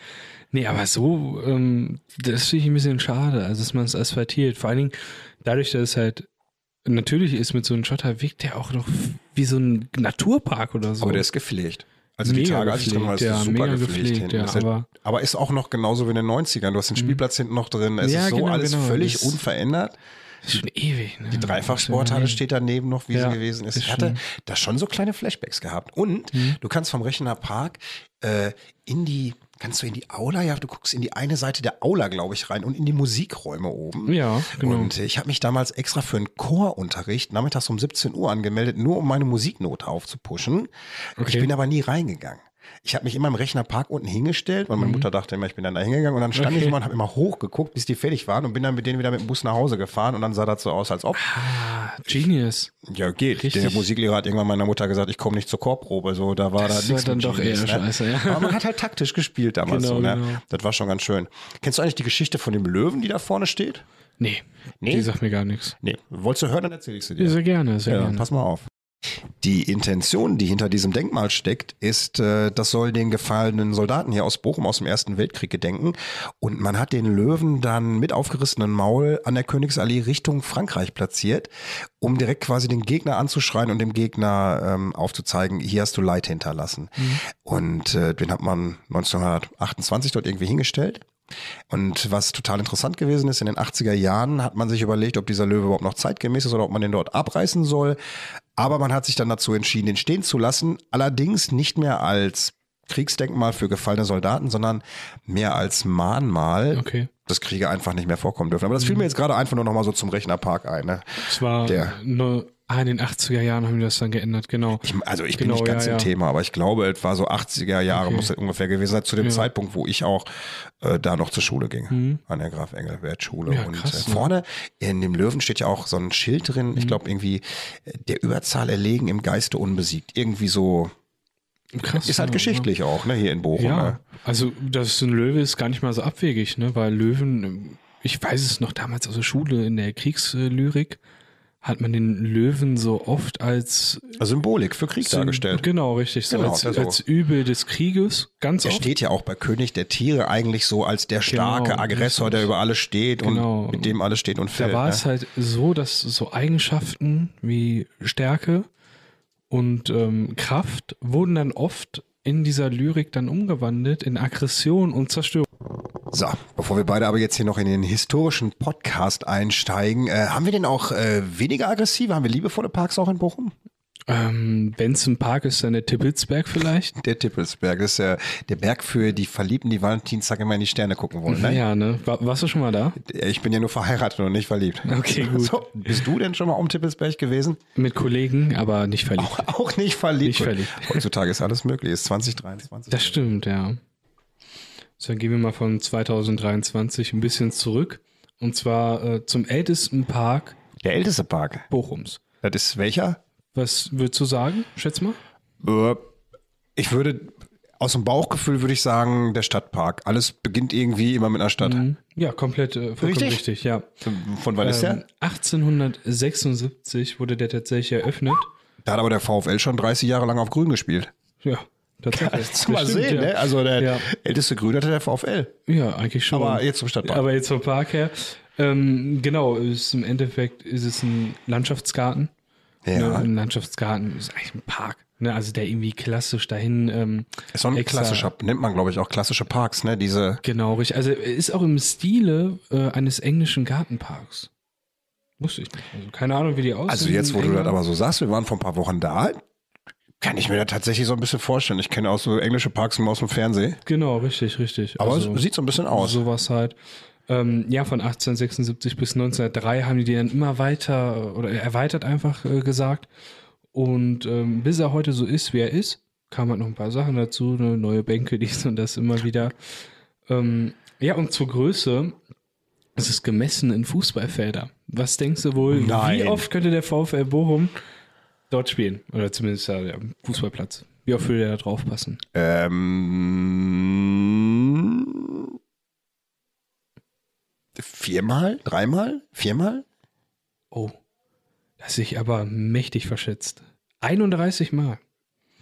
Speaker 4: Nee, aber so, ähm, das finde ich ein bisschen schade, also dass man es asphaltiert. Vor allen Dingen dadurch, dass es halt natürlich ist mit so einem Schotter, wirkt der auch noch wie so ein Naturpark oder so.
Speaker 2: Aber der ist gepflegt. Also die
Speaker 4: Mega
Speaker 2: Tage, als ich drin war, ist
Speaker 4: gepflegt,
Speaker 2: das
Speaker 4: ja,
Speaker 2: super
Speaker 4: mega
Speaker 2: gepflegt.
Speaker 4: gepflegt,
Speaker 2: hinten.
Speaker 4: ja,
Speaker 2: Das ist halt,
Speaker 4: aber- Mhm.
Speaker 2: aber ist auch noch genauso wie in den 90ern. Du hast den Spielplatz hinten noch drin. Es
Speaker 4: Ja,
Speaker 2: ist so
Speaker 4: genau,
Speaker 2: alles
Speaker 4: genau.
Speaker 2: völlig
Speaker 4: Das-
Speaker 2: unverändert.
Speaker 4: ist schon ewig. Ne?
Speaker 2: Die Dreifachsporthalle steht daneben noch, wie
Speaker 4: Ja,
Speaker 2: sie gewesen ist.
Speaker 4: ist
Speaker 2: Ich hatte
Speaker 4: schön. Mhm.
Speaker 2: da schon so kleine Flashbacks gehabt. Und du kannst vom Rechner Park äh, in die, kannst du in die Aula, ja, du guckst in die eine Seite der Aula, glaube ich, rein und in die Musikräume oben.
Speaker 4: Ja, genau.
Speaker 2: Und äh, ich habe mich damals extra für einen Chorunterricht nachmittags um 17 Uhr angemeldet, nur um meine Musiknote aufzupuschen. Ich
Speaker 4: Okay.
Speaker 2: bin aber nie reingegangen. Ich habe mich immer im Rechnerpark unten hingestellt, weil meine Mutter dachte immer, ich bin dann da hingegangen und dann stand ich
Speaker 4: Mhm. Okay.
Speaker 2: immer und habe immer hochgeguckt, bis die fertig waren und bin dann mit denen wieder mit dem Bus nach Hause gefahren und dann sah das so aus, als ob.
Speaker 4: Ah, Genius.
Speaker 2: Ja, geht.
Speaker 4: Richtig.
Speaker 2: Der Musiklehrer hat irgendwann meiner Mutter gesagt, ich komme nicht zur Chorprobe. So, da war
Speaker 4: Das
Speaker 2: da nichts
Speaker 4: war dann
Speaker 2: mit
Speaker 4: doch
Speaker 2: Genius, ne?
Speaker 4: eher scheiße, ja.
Speaker 2: Aber man hat halt taktisch gespielt damals.
Speaker 4: Genau,
Speaker 2: so, ne?
Speaker 4: genau.
Speaker 2: Das war schon ganz schön. Kennst du eigentlich die Geschichte von dem Löwen, die da vorne steht?
Speaker 4: Nee,
Speaker 2: Nee?
Speaker 4: die sagt mir gar nichts.
Speaker 2: Nee. Wolltest du hören, dann erzähl ich sie dir.
Speaker 4: Ja, sehr gerne, sehr
Speaker 2: Ja,
Speaker 4: gerne.
Speaker 2: pass mal auf. Die Intention, die hinter diesem Denkmal steckt, ist, äh, das soll den gefallenen Soldaten hier aus Bochum aus dem Ersten Weltkrieg gedenken. Und man hat den Löwen dann mit aufgerissenen Maul an der Königsallee Richtung Frankreich platziert, um direkt quasi den Gegner anzuschreien und dem Gegner ähm, aufzuzeigen, hier hast du Leid hinterlassen.
Speaker 4: Mhm.
Speaker 2: Und äh, den hat man 1928 dort irgendwie hingestellt. Und was total interessant gewesen ist, in den 80er Jahren hat man sich überlegt, ob dieser Löwe überhaupt noch zeitgemäß ist oder ob man den dort abreißen soll. Aber man hat sich dann dazu entschieden, den stehen zu lassen. Allerdings nicht mehr als Kriegsdenkmal für gefallene Soldaten, sondern mehr als Mahnmal,
Speaker 4: Okay.
Speaker 2: dass Kriege einfach nicht mehr vorkommen dürfen. Aber das fiel mir jetzt gerade einfach nur nochmal so zum Rechnerpark ein. Ne?
Speaker 4: Es war
Speaker 2: Der.
Speaker 4: nur, ah, in den 80er Jahren haben die das dann geändert, genau.
Speaker 2: Ich, also ich bin
Speaker 4: Genau,
Speaker 2: nicht ganz
Speaker 4: ja,
Speaker 2: im
Speaker 4: ja.
Speaker 2: Thema, aber ich glaube, es war so 80er Jahre,
Speaker 4: Okay.
Speaker 2: muss das ungefähr gewesen sein, zu dem
Speaker 4: Ja. Mhm.
Speaker 2: Zeitpunkt, wo ich auch äh, da noch zur Schule ging, an der Graf Engelbert Schule.
Speaker 4: Ja,
Speaker 2: und
Speaker 4: krass,
Speaker 2: äh,
Speaker 4: ne? Mhm.
Speaker 2: vorne in dem Löwen steht ja auch so ein Schild drin, ich glaube irgendwie, äh, der Überzahl erlegen im Geiste unbesiegt. Irgendwie so,
Speaker 4: Krass.
Speaker 2: ist halt
Speaker 4: ja,
Speaker 2: geschichtlich auch, ne, hier in Bochum. Ne?
Speaker 4: Ja, also dass es ein Löwe ist gar nicht mal so abwegig, ne? Weil Löwen, ähm, ich weiß es noch damals aus der Schule in der Kriegslyrik, hat man den Löwen so oft als äh,
Speaker 2: Also Symbolik für Krieg dargestellt.
Speaker 4: Genau, richtig, so
Speaker 2: Genau,
Speaker 4: als,
Speaker 2: also-
Speaker 4: als Übel des Krieges, ganz
Speaker 2: Er
Speaker 4: oft.
Speaker 2: steht ja auch bei König der Tiere eigentlich so als der starke
Speaker 4: Genau,
Speaker 2: Aggressor, der
Speaker 4: richtig.
Speaker 2: über alles steht
Speaker 4: Genau.
Speaker 2: und mit dem alles steht und fällt.
Speaker 4: Da war
Speaker 2: ne?
Speaker 4: es halt so, dass so Eigenschaften wie Stärke und ähm, Kraft wurden dann oft in dieser Lyrik dann umgewandelt in Aggression und Zerstörung.
Speaker 2: So, bevor wir beide aber jetzt hier noch in den historischen Podcast einsteigen, äh, haben wir denn auch äh, weniger aggressive, haben wir liebevolle Parks auch in Bochum?
Speaker 4: Ähm, Wenn es ein Park ist, dann der Tippelsberg vielleicht.
Speaker 2: Der Tippelsberg ist äh, der Berg für die Verliebten, die Valentinstag immer in die Sterne gucken wollen. Ne? Äh,
Speaker 4: Ja, ne? Wa- Warst du schon mal da?
Speaker 2: Ich bin ja nur verheiratet und nicht verliebt.
Speaker 4: Okay, gut.
Speaker 2: So, bist du denn schon mal am Tippelsberg gewesen?
Speaker 4: Mit Kollegen, aber nicht verliebt.
Speaker 2: Auch nicht verliebt.
Speaker 4: Nicht verliebt.
Speaker 2: Heutzutage ist alles möglich, ist 2023.
Speaker 4: Das stimmt, ja. So, dann gehen wir mal von 2023 ein bisschen zurück. Und zwar äh, zum ältesten Park
Speaker 2: der älteste Park.
Speaker 4: Bochums.
Speaker 2: Das ist welcher?
Speaker 4: Was würdest du sagen? Schätz mal.
Speaker 2: Äh, Ich würde, aus dem Bauchgefühl würde ich sagen, der Stadtpark. Alles beginnt irgendwie immer mit einer Stadt.
Speaker 4: Ja, komplett äh, vollkommen
Speaker 2: Richtig?
Speaker 4: richtig. ja.
Speaker 2: Von wann ist
Speaker 4: Ähm,
Speaker 2: der?
Speaker 4: 1876 wurde der tatsächlich eröffnet.
Speaker 2: Da hat aber der VfL schon 30 Jahre lang auf Grün gespielt.
Speaker 4: Ja, tatsächlich.
Speaker 2: Kannst du mal
Speaker 4: Das stimmt,
Speaker 2: sehen,
Speaker 4: ja.
Speaker 2: ne? Also der
Speaker 4: Ja.
Speaker 2: älteste Grün hatte der VfL.
Speaker 4: Ja, eigentlich schon.
Speaker 2: Aber jetzt zum Stadtpark.
Speaker 4: Aber jetzt vom Park her. Ähm, genau, ist im Endeffekt ist es ein Landschaftsgarten. Ne,
Speaker 2: Ja.
Speaker 4: ein Landschaftsgarten ist eigentlich ein Park. Ne? Also der irgendwie klassisch dahin. Ähm,
Speaker 2: Ist so ein
Speaker 4: extra-
Speaker 2: klassischer, nennt man glaube ich auch klassische Parks, ne? Diese,
Speaker 4: Genau, richtig. Also ist auch im Stile äh, eines englischen Gartenparks. Wusste ich nicht. Also keine Ahnung, wie die aussehen.
Speaker 2: also jetzt, wo du das
Speaker 4: England.
Speaker 2: aber so sagst, wir waren vor ein paar Wochen da, kann ich mir das tatsächlich so ein bisschen vorstellen. Ich kenne auch so englische Parks nur aus dem Fernsehen.
Speaker 4: Genau, richtig, richtig. Also
Speaker 2: Aber es sieht so ein bisschen aus.
Speaker 4: Sowas halt. Ähm, ja, von 1876 bis 1903 haben die die dann immer weiter oder erweitert einfach äh, gesagt. Und ähm, bis er heute so ist, wie er ist, kamen halt noch ein paar Sachen dazu, ne? neue Bänke, dies und das immer wieder. Ähm, ja, und zur Größe, es ist gemessen in Fußballfelder. Was denkst du wohl,
Speaker 2: Nein.
Speaker 4: wie oft könnte der VfL Bochum dort spielen? Oder zumindest ja, der Fußballplatz. Wie oft würde der da drauf passen?
Speaker 2: Ähm, viermal? Dreimal? Viermal?
Speaker 4: Oh, das ist sich aber mächtig verschätzt. 31 Mal.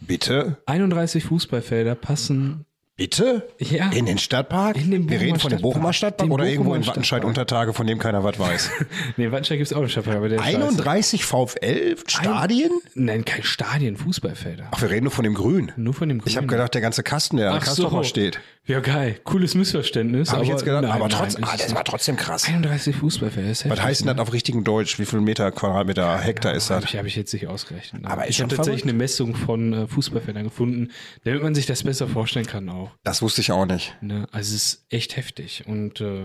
Speaker 2: Bitte?
Speaker 4: 31 Fußballfelder passen
Speaker 2: Bitte?
Speaker 4: ja,
Speaker 2: In den Stadtpark?
Speaker 4: Ah. In den
Speaker 2: Wir reden von dem
Speaker 4: Bochumer
Speaker 2: Bochumer
Speaker 4: Stadtpark.
Speaker 2: Stadtpark oder
Speaker 4: Den
Speaker 2: irgendwo in
Speaker 4: Bochumer
Speaker 2: Wattenscheid
Speaker 4: Stadtpark.
Speaker 2: unter Tage, von dem keiner was weiß.
Speaker 4: nee, Wattenscheid gibt es auch einen Stadtpark, aber der ist scheiße.
Speaker 2: 31 VfL Stadien?
Speaker 4: Nein, kein Stadion, Fußballfelder.
Speaker 2: Ach, wir reden nur von dem Grün.
Speaker 4: Nur von dem
Speaker 2: Ich habe
Speaker 4: Grünen.
Speaker 2: gedacht, der ganze Kasten, der an
Speaker 4: Ach
Speaker 2: Kastorfer steht.
Speaker 4: Ja, geil. Cooles Missverständnis.
Speaker 2: Habe
Speaker 4: aber
Speaker 2: ich jetzt gedacht,
Speaker 4: nein,
Speaker 2: aber
Speaker 4: nein,
Speaker 2: trotzdem,
Speaker 4: ist
Speaker 2: ah,
Speaker 4: es
Speaker 2: das
Speaker 4: nicht.
Speaker 2: war trotzdem krass.
Speaker 4: 31 Fußballfelder. Das ist
Speaker 2: Was
Speaker 4: heftig,
Speaker 2: heißt denn
Speaker 4: ne?
Speaker 2: das auf richtigen Deutsch? Wie viel Meter, Quadratmeter, Hektar ist das?
Speaker 4: Habe ich, hab ich jetzt nicht ausgerechnet.
Speaker 2: Aber ist
Speaker 4: ich
Speaker 2: schon
Speaker 4: habe tatsächlich
Speaker 2: verrückt.
Speaker 4: eine Messung von äh, Fußballfeldern gefunden, damit man sich das besser vorstellen kann auch.
Speaker 2: Das wusste ich auch nicht.
Speaker 4: Ne? Also es ist echt heftig. Und äh,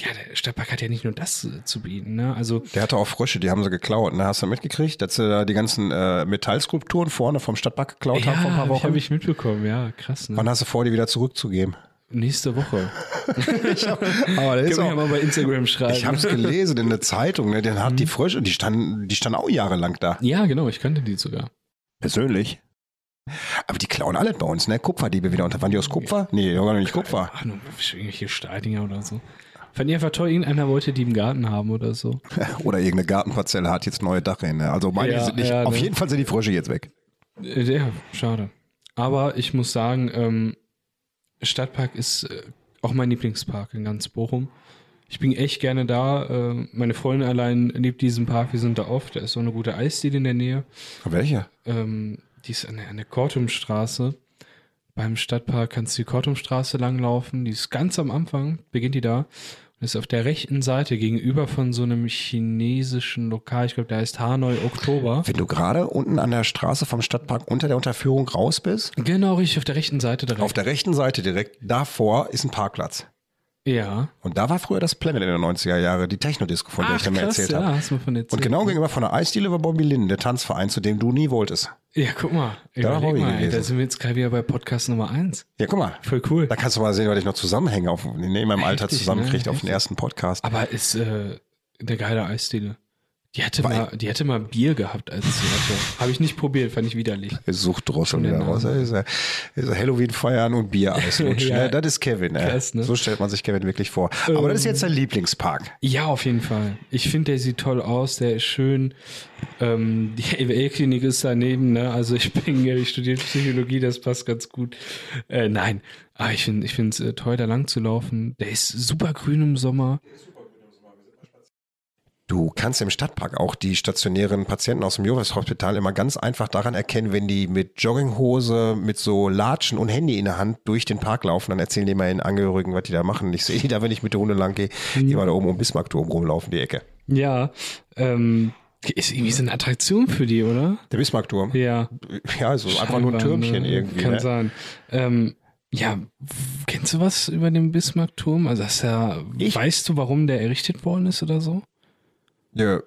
Speaker 4: ja, der Stadtpark hat ja nicht nur das äh, zu bieten. Ne? Also
Speaker 2: Der hatte auch Frösche, die haben sie geklaut. Ne? Hast du mitgekriegt, dass sie da die ganzen äh, Metallskulpturen vorne vom Stadtpark geklaut haben vor ein paar
Speaker 4: hab ich,
Speaker 2: Wochen?
Speaker 4: hab ich mitbekommen, ja, krass. Ne?
Speaker 2: Wann hast du vor, die wieder zurückzugeben?
Speaker 4: Nächste Woche.
Speaker 2: Aber das
Speaker 4: Können
Speaker 2: ist
Speaker 4: wir
Speaker 2: auch,
Speaker 4: ja mal bei Instagram schreiben.
Speaker 2: ich habe es gelesen in der Zeitung. Ne? Dann hat
Speaker 4: Mhm.
Speaker 2: die Frösche, die standen, die standen auch jahrelang da.
Speaker 4: ja, genau, ich kannte die sogar.
Speaker 2: Persönlich. Aber die klauen alles bei uns, ne? Kupferdiebe wieder. Und waren die aus Kupfer? Nee, die waren doch nicht Kupfer.
Speaker 4: Ach, nur irgendwelche Steidinger oder so. Fand ich einfach toll, irgendeiner wollte die im Garten haben oder so.
Speaker 2: Oder irgendeine Gartenparzelle hat jetzt neue Dachrinne. Also meine
Speaker 4: Ja,
Speaker 2: sind nicht.
Speaker 4: ja,
Speaker 2: auf
Speaker 4: ne.
Speaker 2: jeden Fall sind die Frösche jetzt weg.
Speaker 4: Äh, Ja, schade. Aber ich muss sagen, ähm, Stadtpark ist äh, auch mein Lieblingspark in ganz Bochum. Ich bin echt gerne da. Äh, meine Freundin allein liebt diesen Park. Wir sind da oft. Da ist so eine gute Eisdiele in der Nähe.
Speaker 2: Welche?
Speaker 4: Ähm, die ist an der, an der Kortumstraße. Beim Stadtpark kannst du die Kortumstraße langlaufen. Die ist ganz am Anfang, beginnt die da. Und ist auf der rechten Seite gegenüber von so einem chinesischen Lokal. Ich glaube, der heißt Hanoi Oktober.
Speaker 2: Wenn du gerade unten an der Straße vom Stadtpark unter der Unterführung raus bist,
Speaker 4: Genau, richtig, auf der rechten Seite direkt.
Speaker 2: auf der rechten Seite direkt davor ist ein Parkplatz.
Speaker 4: ja.
Speaker 2: Und da war früher das Planet in den 90er Jahre, die Technodisco, von der ich dir mal erzählt
Speaker 4: ja, Mhm.
Speaker 2: habe.
Speaker 4: hast du mir von erzählt.
Speaker 2: Und genau gegenüber von der Eisdiele war Bobby Linden, der Tanzverein, zu dem du nie wolltest.
Speaker 4: Ja, guck mal.
Speaker 2: war
Speaker 4: Überleg
Speaker 2: Bobby
Speaker 4: mal, ey, da
Speaker 2: gewesen.
Speaker 4: sind wir jetzt gerade wieder bei Podcast Nummer 1.
Speaker 2: Ja, guck mal.
Speaker 4: Voll cool.
Speaker 2: Da kannst du mal sehen, weil ich noch Zusammenhänge auf, in meinem Alter
Speaker 4: Heftig,
Speaker 2: zusammenkriegt
Speaker 4: ne?
Speaker 2: auf den ersten Podcast.
Speaker 4: Aber ist äh, eine geile Eisdiele. Die hatte,
Speaker 2: Weil-
Speaker 4: mal, die hatte mal Bier gehabt als sie hatte. Habe ich nicht probiert, fand ich widerlich.
Speaker 2: Es sucht Drossel
Speaker 4: Schon der
Speaker 2: wieder raus.
Speaker 4: Name.
Speaker 2: Es ist, es ist Halloween feiern und Bier Eislutschen.
Speaker 4: Ja.
Speaker 2: ne? Das ist Kevin. Ne?
Speaker 4: Krass, ne? Ähm.
Speaker 2: So stellt man sich Kevin wirklich vor. Aber das ist jetzt sein Lieblingspark.
Speaker 4: Ja, auf jeden Fall. Ich finde, der sieht toll aus, der ist schön. Ähm, die EWL-Klinik ist daneben, ne? Also ich bin, ja, ich studiere Psychologie, das passt ganz gut. Äh, nein, aber ich finde ich finde es äh, toll, da lang zu laufen. Der ist super grün im Sommer.
Speaker 2: Du kannst im Stadtpark auch die stationären Patienten aus dem Jovas Hospital immer ganz einfach daran erkennen, wenn die mit Jogginghose, mit so Latschen und Handy in der Hand durch den Park laufen, dann erzählen die mal den Angehörigen, was die da machen. Ich sehe die da, wenn ich mit der Hunde lang gehe,
Speaker 4: Mhm.
Speaker 2: immer da oben um Bismarckturm rumlaufen, die Ecke.
Speaker 4: Ja, ähm, ist irgendwie so eine Attraktion für die, oder?
Speaker 2: Der Bismarckturm?
Speaker 4: Ja.
Speaker 2: Ja, so einfach nur ein
Speaker 4: Scheinbar,
Speaker 2: Türmchen
Speaker 4: ne?
Speaker 2: irgendwie.
Speaker 4: Kann
Speaker 2: ne?
Speaker 4: sein. Ähm, ja, w- kennst du was über den Bismarckturm? Also das ist ja,
Speaker 2: Ich-
Speaker 4: weißt du, warum der errichtet worden ist oder so?
Speaker 2: Ja.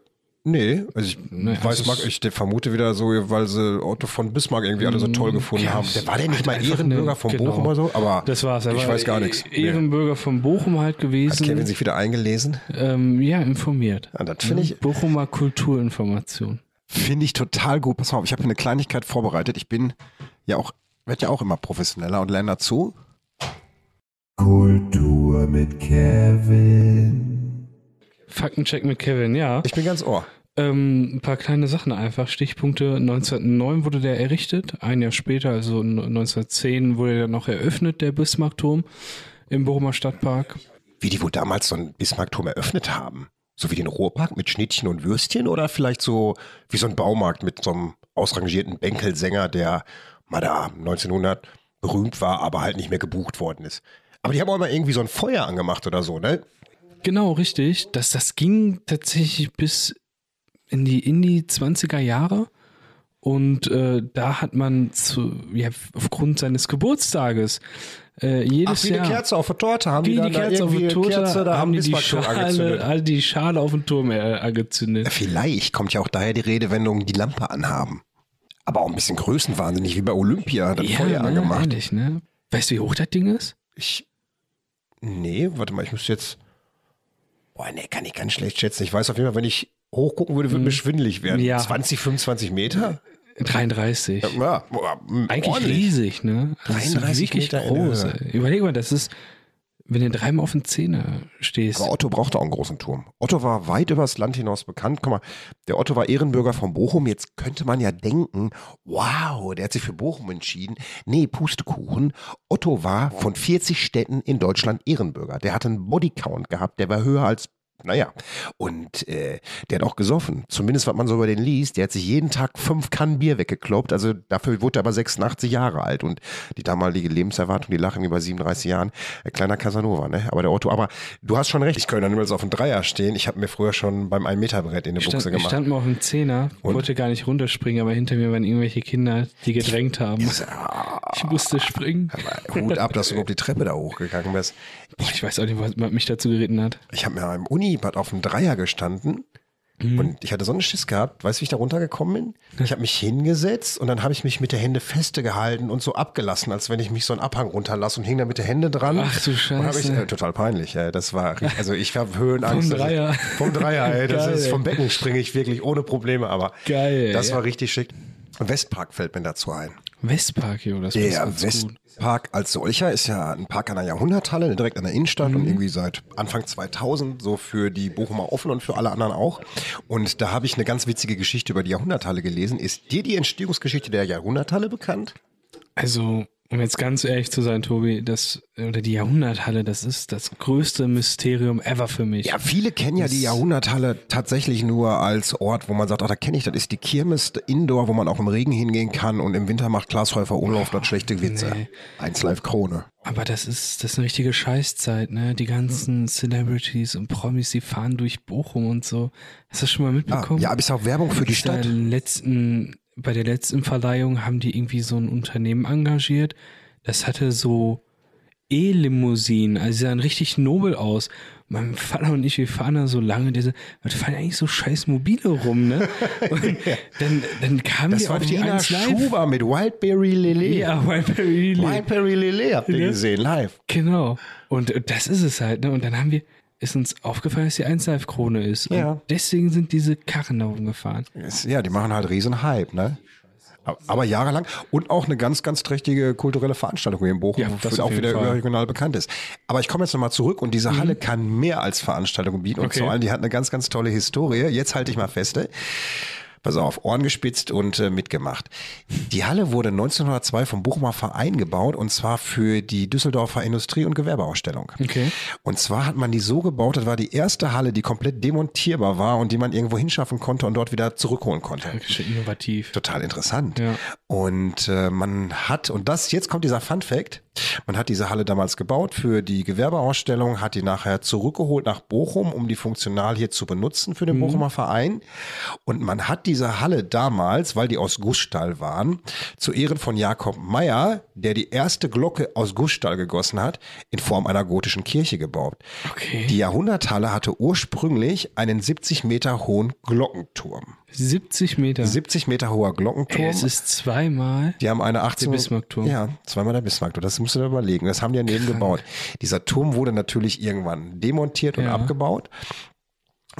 Speaker 2: Nee, also ich
Speaker 4: Nee,
Speaker 2: weiß,
Speaker 4: also
Speaker 2: mag,
Speaker 4: es-
Speaker 2: ich vermute wieder so, weil sie Otto von Bismarck irgendwie alle so toll gefunden
Speaker 4: Ja,
Speaker 2: haben.
Speaker 4: es
Speaker 2: Mm, Der war der nicht
Speaker 4: hat
Speaker 2: mal
Speaker 4: einfach
Speaker 2: Ehrenbürger
Speaker 4: eine-
Speaker 2: von
Speaker 4: genau.
Speaker 2: Bochum oder so, aber
Speaker 4: Das war's. Er
Speaker 2: ich
Speaker 4: war
Speaker 2: weiß gar
Speaker 4: eh-
Speaker 2: nichts. Nee.
Speaker 4: Ehrenbürger von Bochum halt
Speaker 2: Hat Kevin
Speaker 4: gewesen.
Speaker 2: sich wieder eingelesen?
Speaker 4: Ähm, ja, informiert.
Speaker 2: Ja, das finde ich,
Speaker 4: Bochumer Kulturinformation.
Speaker 2: finde ich total gut. Pass mal auf, ich habe eine Kleinigkeit vorbereitet. Ich bin ja auch, werde ja auch immer professioneller und lerne dazu.
Speaker 6: Kultur mit Kevin.
Speaker 4: Faktencheck mit Kevin, ja.
Speaker 2: Ich bin ganz ohr.
Speaker 4: Ähm, ein paar kleine Sachen einfach. Stichpunkte. 1909 wurde der errichtet. Ein Jahr später, also 1910, wurde der noch eröffnet, der Bismarckturm im Bochumer Stadtpark.
Speaker 2: wie die wohl damals so einen Bismarckturm eröffnet haben. So wie den Ruhrpark mit Schnittchen und Würstchen oder vielleicht so wie so ein Baumarkt mit so einem ausrangierten Bänkelsänger, der mal da 1900 berühmt war, aber halt nicht mehr gebucht worden ist. Aber die haben auch mal irgendwie so ein Feuer angemacht oder so, ne?
Speaker 4: Genau, richtig. Das, das ging tatsächlich bis in die, in die 20er Jahre. Und äh, da hat man zu, ja, aufgrund seines Geburtstages äh, jedes
Speaker 2: Ach, wie
Speaker 4: Jahr.
Speaker 2: eine Kerze auf der Torte haben
Speaker 4: wie
Speaker 2: die,
Speaker 4: die
Speaker 2: dann
Speaker 4: Kerze
Speaker 2: da
Speaker 4: auf
Speaker 2: irgendwie
Speaker 4: dem Torte
Speaker 2: Kerze, da
Speaker 4: haben die, die
Speaker 2: Bismarckturm
Speaker 4: Schale, also die Schale auf den Turm äh, angezündet.
Speaker 2: Vielleicht kommt ja auch daher die Redewendung, die Lampe anhaben. Aber auch ein bisschen größenwahnsinnig, wie bei Olympia, hat er Feuer
Speaker 4: ne,
Speaker 2: angemacht.
Speaker 4: ehrlich, ne? Weißt du, wie hoch das Ding ist?
Speaker 2: Ich. Nee, warte mal, ich muss jetzt. Boah, nee, kann ich ganz schlecht schätzen. Ich weiß auf jeden Fall, wenn ich hochgucken würde, würde mir schwindelig werden.
Speaker 4: Mhm. Ja.
Speaker 2: 20, 25 Meter?
Speaker 4: 33.
Speaker 2: Ja, boah, m-
Speaker 4: Eigentlich
Speaker 2: ordentlich.
Speaker 4: riesig, ne? Das ist
Speaker 2: 33
Speaker 4: wirklich
Speaker 2: Meter in
Speaker 4: groß.
Speaker 2: Höhe.
Speaker 4: ey. Überleg mal, das ist, wenn du dreimal auf den Zehner stehst.
Speaker 2: Aber Otto brauchte auch einen großen Turm. Otto war weit übers Land hinaus bekannt. Guck mal, der Otto war Ehrenbürger von Bochum. Jetzt könnte man ja denken, wow, der hat sich für Bochum entschieden. Nee, Pustekuchen. Otto war von 40 Städten in Deutschland Ehrenbürger. Der hatte einen Bodycount gehabt, der war höher als naja, und äh, der hat auch gesoffen. Zumindest, was man so über den liest. Der hat sich jeden Tag fünf Kannen Bier weggekloppt. Also dafür wurde er aber 86 Jahre alt. Und die damalige Lebenserwartung, die lag irgendwie bei 37 Jahren. Ein kleiner Casanova, ne? Aber der Otto, aber du hast schon recht. Ich könnte dann übrigens auf dem Dreier stehen. Ich habe mir früher schon beim 1-Meter-Brett in die
Speaker 4: Ich
Speaker 2: Buchse
Speaker 4: stand, ich
Speaker 2: gemacht.
Speaker 4: stand mal auf dem Zehner, wollte gar nicht runterspringen, aber hinter mir waren irgendwelche Kinder, die gedrängt haben. Ich musste springen.
Speaker 2: Hut ab, dass du überhaupt die Treppe da hochgegangen bist.
Speaker 4: Boah, ich weiß auch nicht, was was mich dazu geritten hat.
Speaker 2: Ich habe mir im Unibad auf dem Dreier gestanden
Speaker 4: Mhm.
Speaker 2: und ich hatte so einen Schiss gehabt. Weißt du, wie ich da runtergekommen bin? Ich habe mich hingesetzt und dann habe ich mich mit der Hände feste gehalten und so abgelassen, als wenn ich mich so einen Abhang runterlasse und hing da mit der Hände dran.
Speaker 4: Ach du
Speaker 2: Und hab ich,
Speaker 4: Scheiße.
Speaker 2: äh, total peinlich, ja, das war, richtig- also ich habe Höhenangst.
Speaker 4: Vom Dreier.
Speaker 2: Vom Dreier, ey, das
Speaker 4: Geil,
Speaker 2: ist,
Speaker 4: ey.
Speaker 2: vom Becken springe ich wirklich ohne Probleme, aber
Speaker 4: Geil,
Speaker 2: das
Speaker 4: ja.
Speaker 2: war richtig schick. Und Westpark fällt mir dazu ein.
Speaker 4: Westpark, jo, das passt
Speaker 2: Der
Speaker 4: ganz gut.
Speaker 2: Westpark als solcher ist ja ein Park an der Jahrhunderthalle, ne, direkt an der Innenstadt und irgendwie seit Anfang 2000 so für die Bochumer offen und für alle anderen auch. Und da habe ich eine ganz witzige Geschichte über die Jahrhunderthalle gelesen. Ist dir die Entstehungsgeschichte der Jahrhunderthalle bekannt?
Speaker 4: Also, um jetzt ganz ehrlich zu sein, Tobi, das, oder die Jahrhunderthalle, das ist das größte Mysterium ever für mich.
Speaker 2: Ja, viele kennen ja die Jahrhunderthalle tatsächlich nur als Ort, wo man sagt, ach, da kenne ich, das ist die Kirmes Indoor, wo man auch im Regen hingehen kann und im Winter macht Glashäufer Urlaub dort schlechte Witze.
Speaker 4: nee.
Speaker 2: Eins live Krone.
Speaker 4: Aber das ist, das ist eine richtige Scheißzeit, ne? Die ganzen Celebrities und Promis, die fahren durch Bochum und so. Hast du das schon mal
Speaker 2: Ah,
Speaker 4: mitbekommen?
Speaker 2: ja, aber ist auch Werbung für die
Speaker 4: Bei der
Speaker 2: Stadt.
Speaker 4: letzten, bei der letzten Verleihung haben die irgendwie so ein Unternehmen engagiert. Das hatte so E-Limousinen, also sie sahen richtig nobel aus. Mein Vater und ich, wir fahren da so lange, diese, was fahren eigentlich so scheiß Mobile rum, ne? Und dann, dann kamen
Speaker 2: Das
Speaker 4: wir
Speaker 2: war
Speaker 4: auf die
Speaker 2: Nina
Speaker 4: 1 live.
Speaker 2: Schuber mit Wildberry Lele.
Speaker 4: Ja, Wildberry Lele.
Speaker 2: Wildberry Lele habt ihr
Speaker 4: Ja.
Speaker 2: gesehen, live.
Speaker 4: Genau. Und äh, das ist es halt, ne? Und dann haben wir, ist uns aufgefallen, dass die 1 Live Krone ist.
Speaker 2: Ja.
Speaker 4: Und deswegen sind diese Karren da oben gefahren.
Speaker 2: Ist- Ja, die machen halt riesen Hype, ne? Aber- Aber jahrelang und auch eine ganz, ganz trächtige kulturelle Veranstaltung hier in Bochum,
Speaker 4: Ja,
Speaker 2: wofür
Speaker 4: das auf
Speaker 2: auch
Speaker 4: jeden
Speaker 2: wieder
Speaker 4: Fall. Mhm.
Speaker 2: überregional bekannt ist. Aber ich komme jetzt nochmal zurück und diese Halle kann mehr als Veranstaltung bieten. Und
Speaker 4: Okay.
Speaker 2: vor allem, die hat eine ganz, ganz tolle Historie. Jetzt halte ich mal feste. Pass auf, Ohren gespitzt und äh, mitgemacht. Die Halle wurde 1902 vom Bochumer Verein gebaut und zwar für die Düsseldorfer Industrie- und Gewerbeausstellung.
Speaker 4: Okay.
Speaker 2: Und zwar hat man die so gebaut, das war die erste Halle, die komplett demontierbar war und die man irgendwo hinschaffen konnte und dort wieder zurückholen konnte.
Speaker 4: Wirklich innovativ.
Speaker 2: Total interessant.
Speaker 4: Ja.
Speaker 2: Und äh, man hat, und das, jetzt kommt dieser Fun Fact, man hat diese Halle damals gebaut für die Gewerbeausstellung, hat die nachher zurückgeholt nach Bochum, um die funktional hier zu benutzen für den
Speaker 4: Mhm.
Speaker 2: Bochumer Verein. Und man hat diese Halle damals, weil die aus Gussstahl waren, zu Ehren von Jakob Meyer, der die erste Glocke aus Gussstahl gegossen hat, in Form einer gotischen Kirche gebaut.
Speaker 4: Okay.
Speaker 2: Die Jahrhunderthalle hatte ursprünglich einen 70 Meter hohen Glockenturm.
Speaker 4: 70 Meter.
Speaker 2: 70 Meter hoher Glockenturm.
Speaker 4: Ey, es ist zweimal.
Speaker 2: Die haben eine 18.
Speaker 4: Bismarckturm.
Speaker 2: Ja, zweimal der Bismarckturm. Das musst du dir überlegen. Das haben die daneben gebaut. Dieser Turm wurde natürlich irgendwann demontiert und
Speaker 4: Ja.
Speaker 2: abgebaut.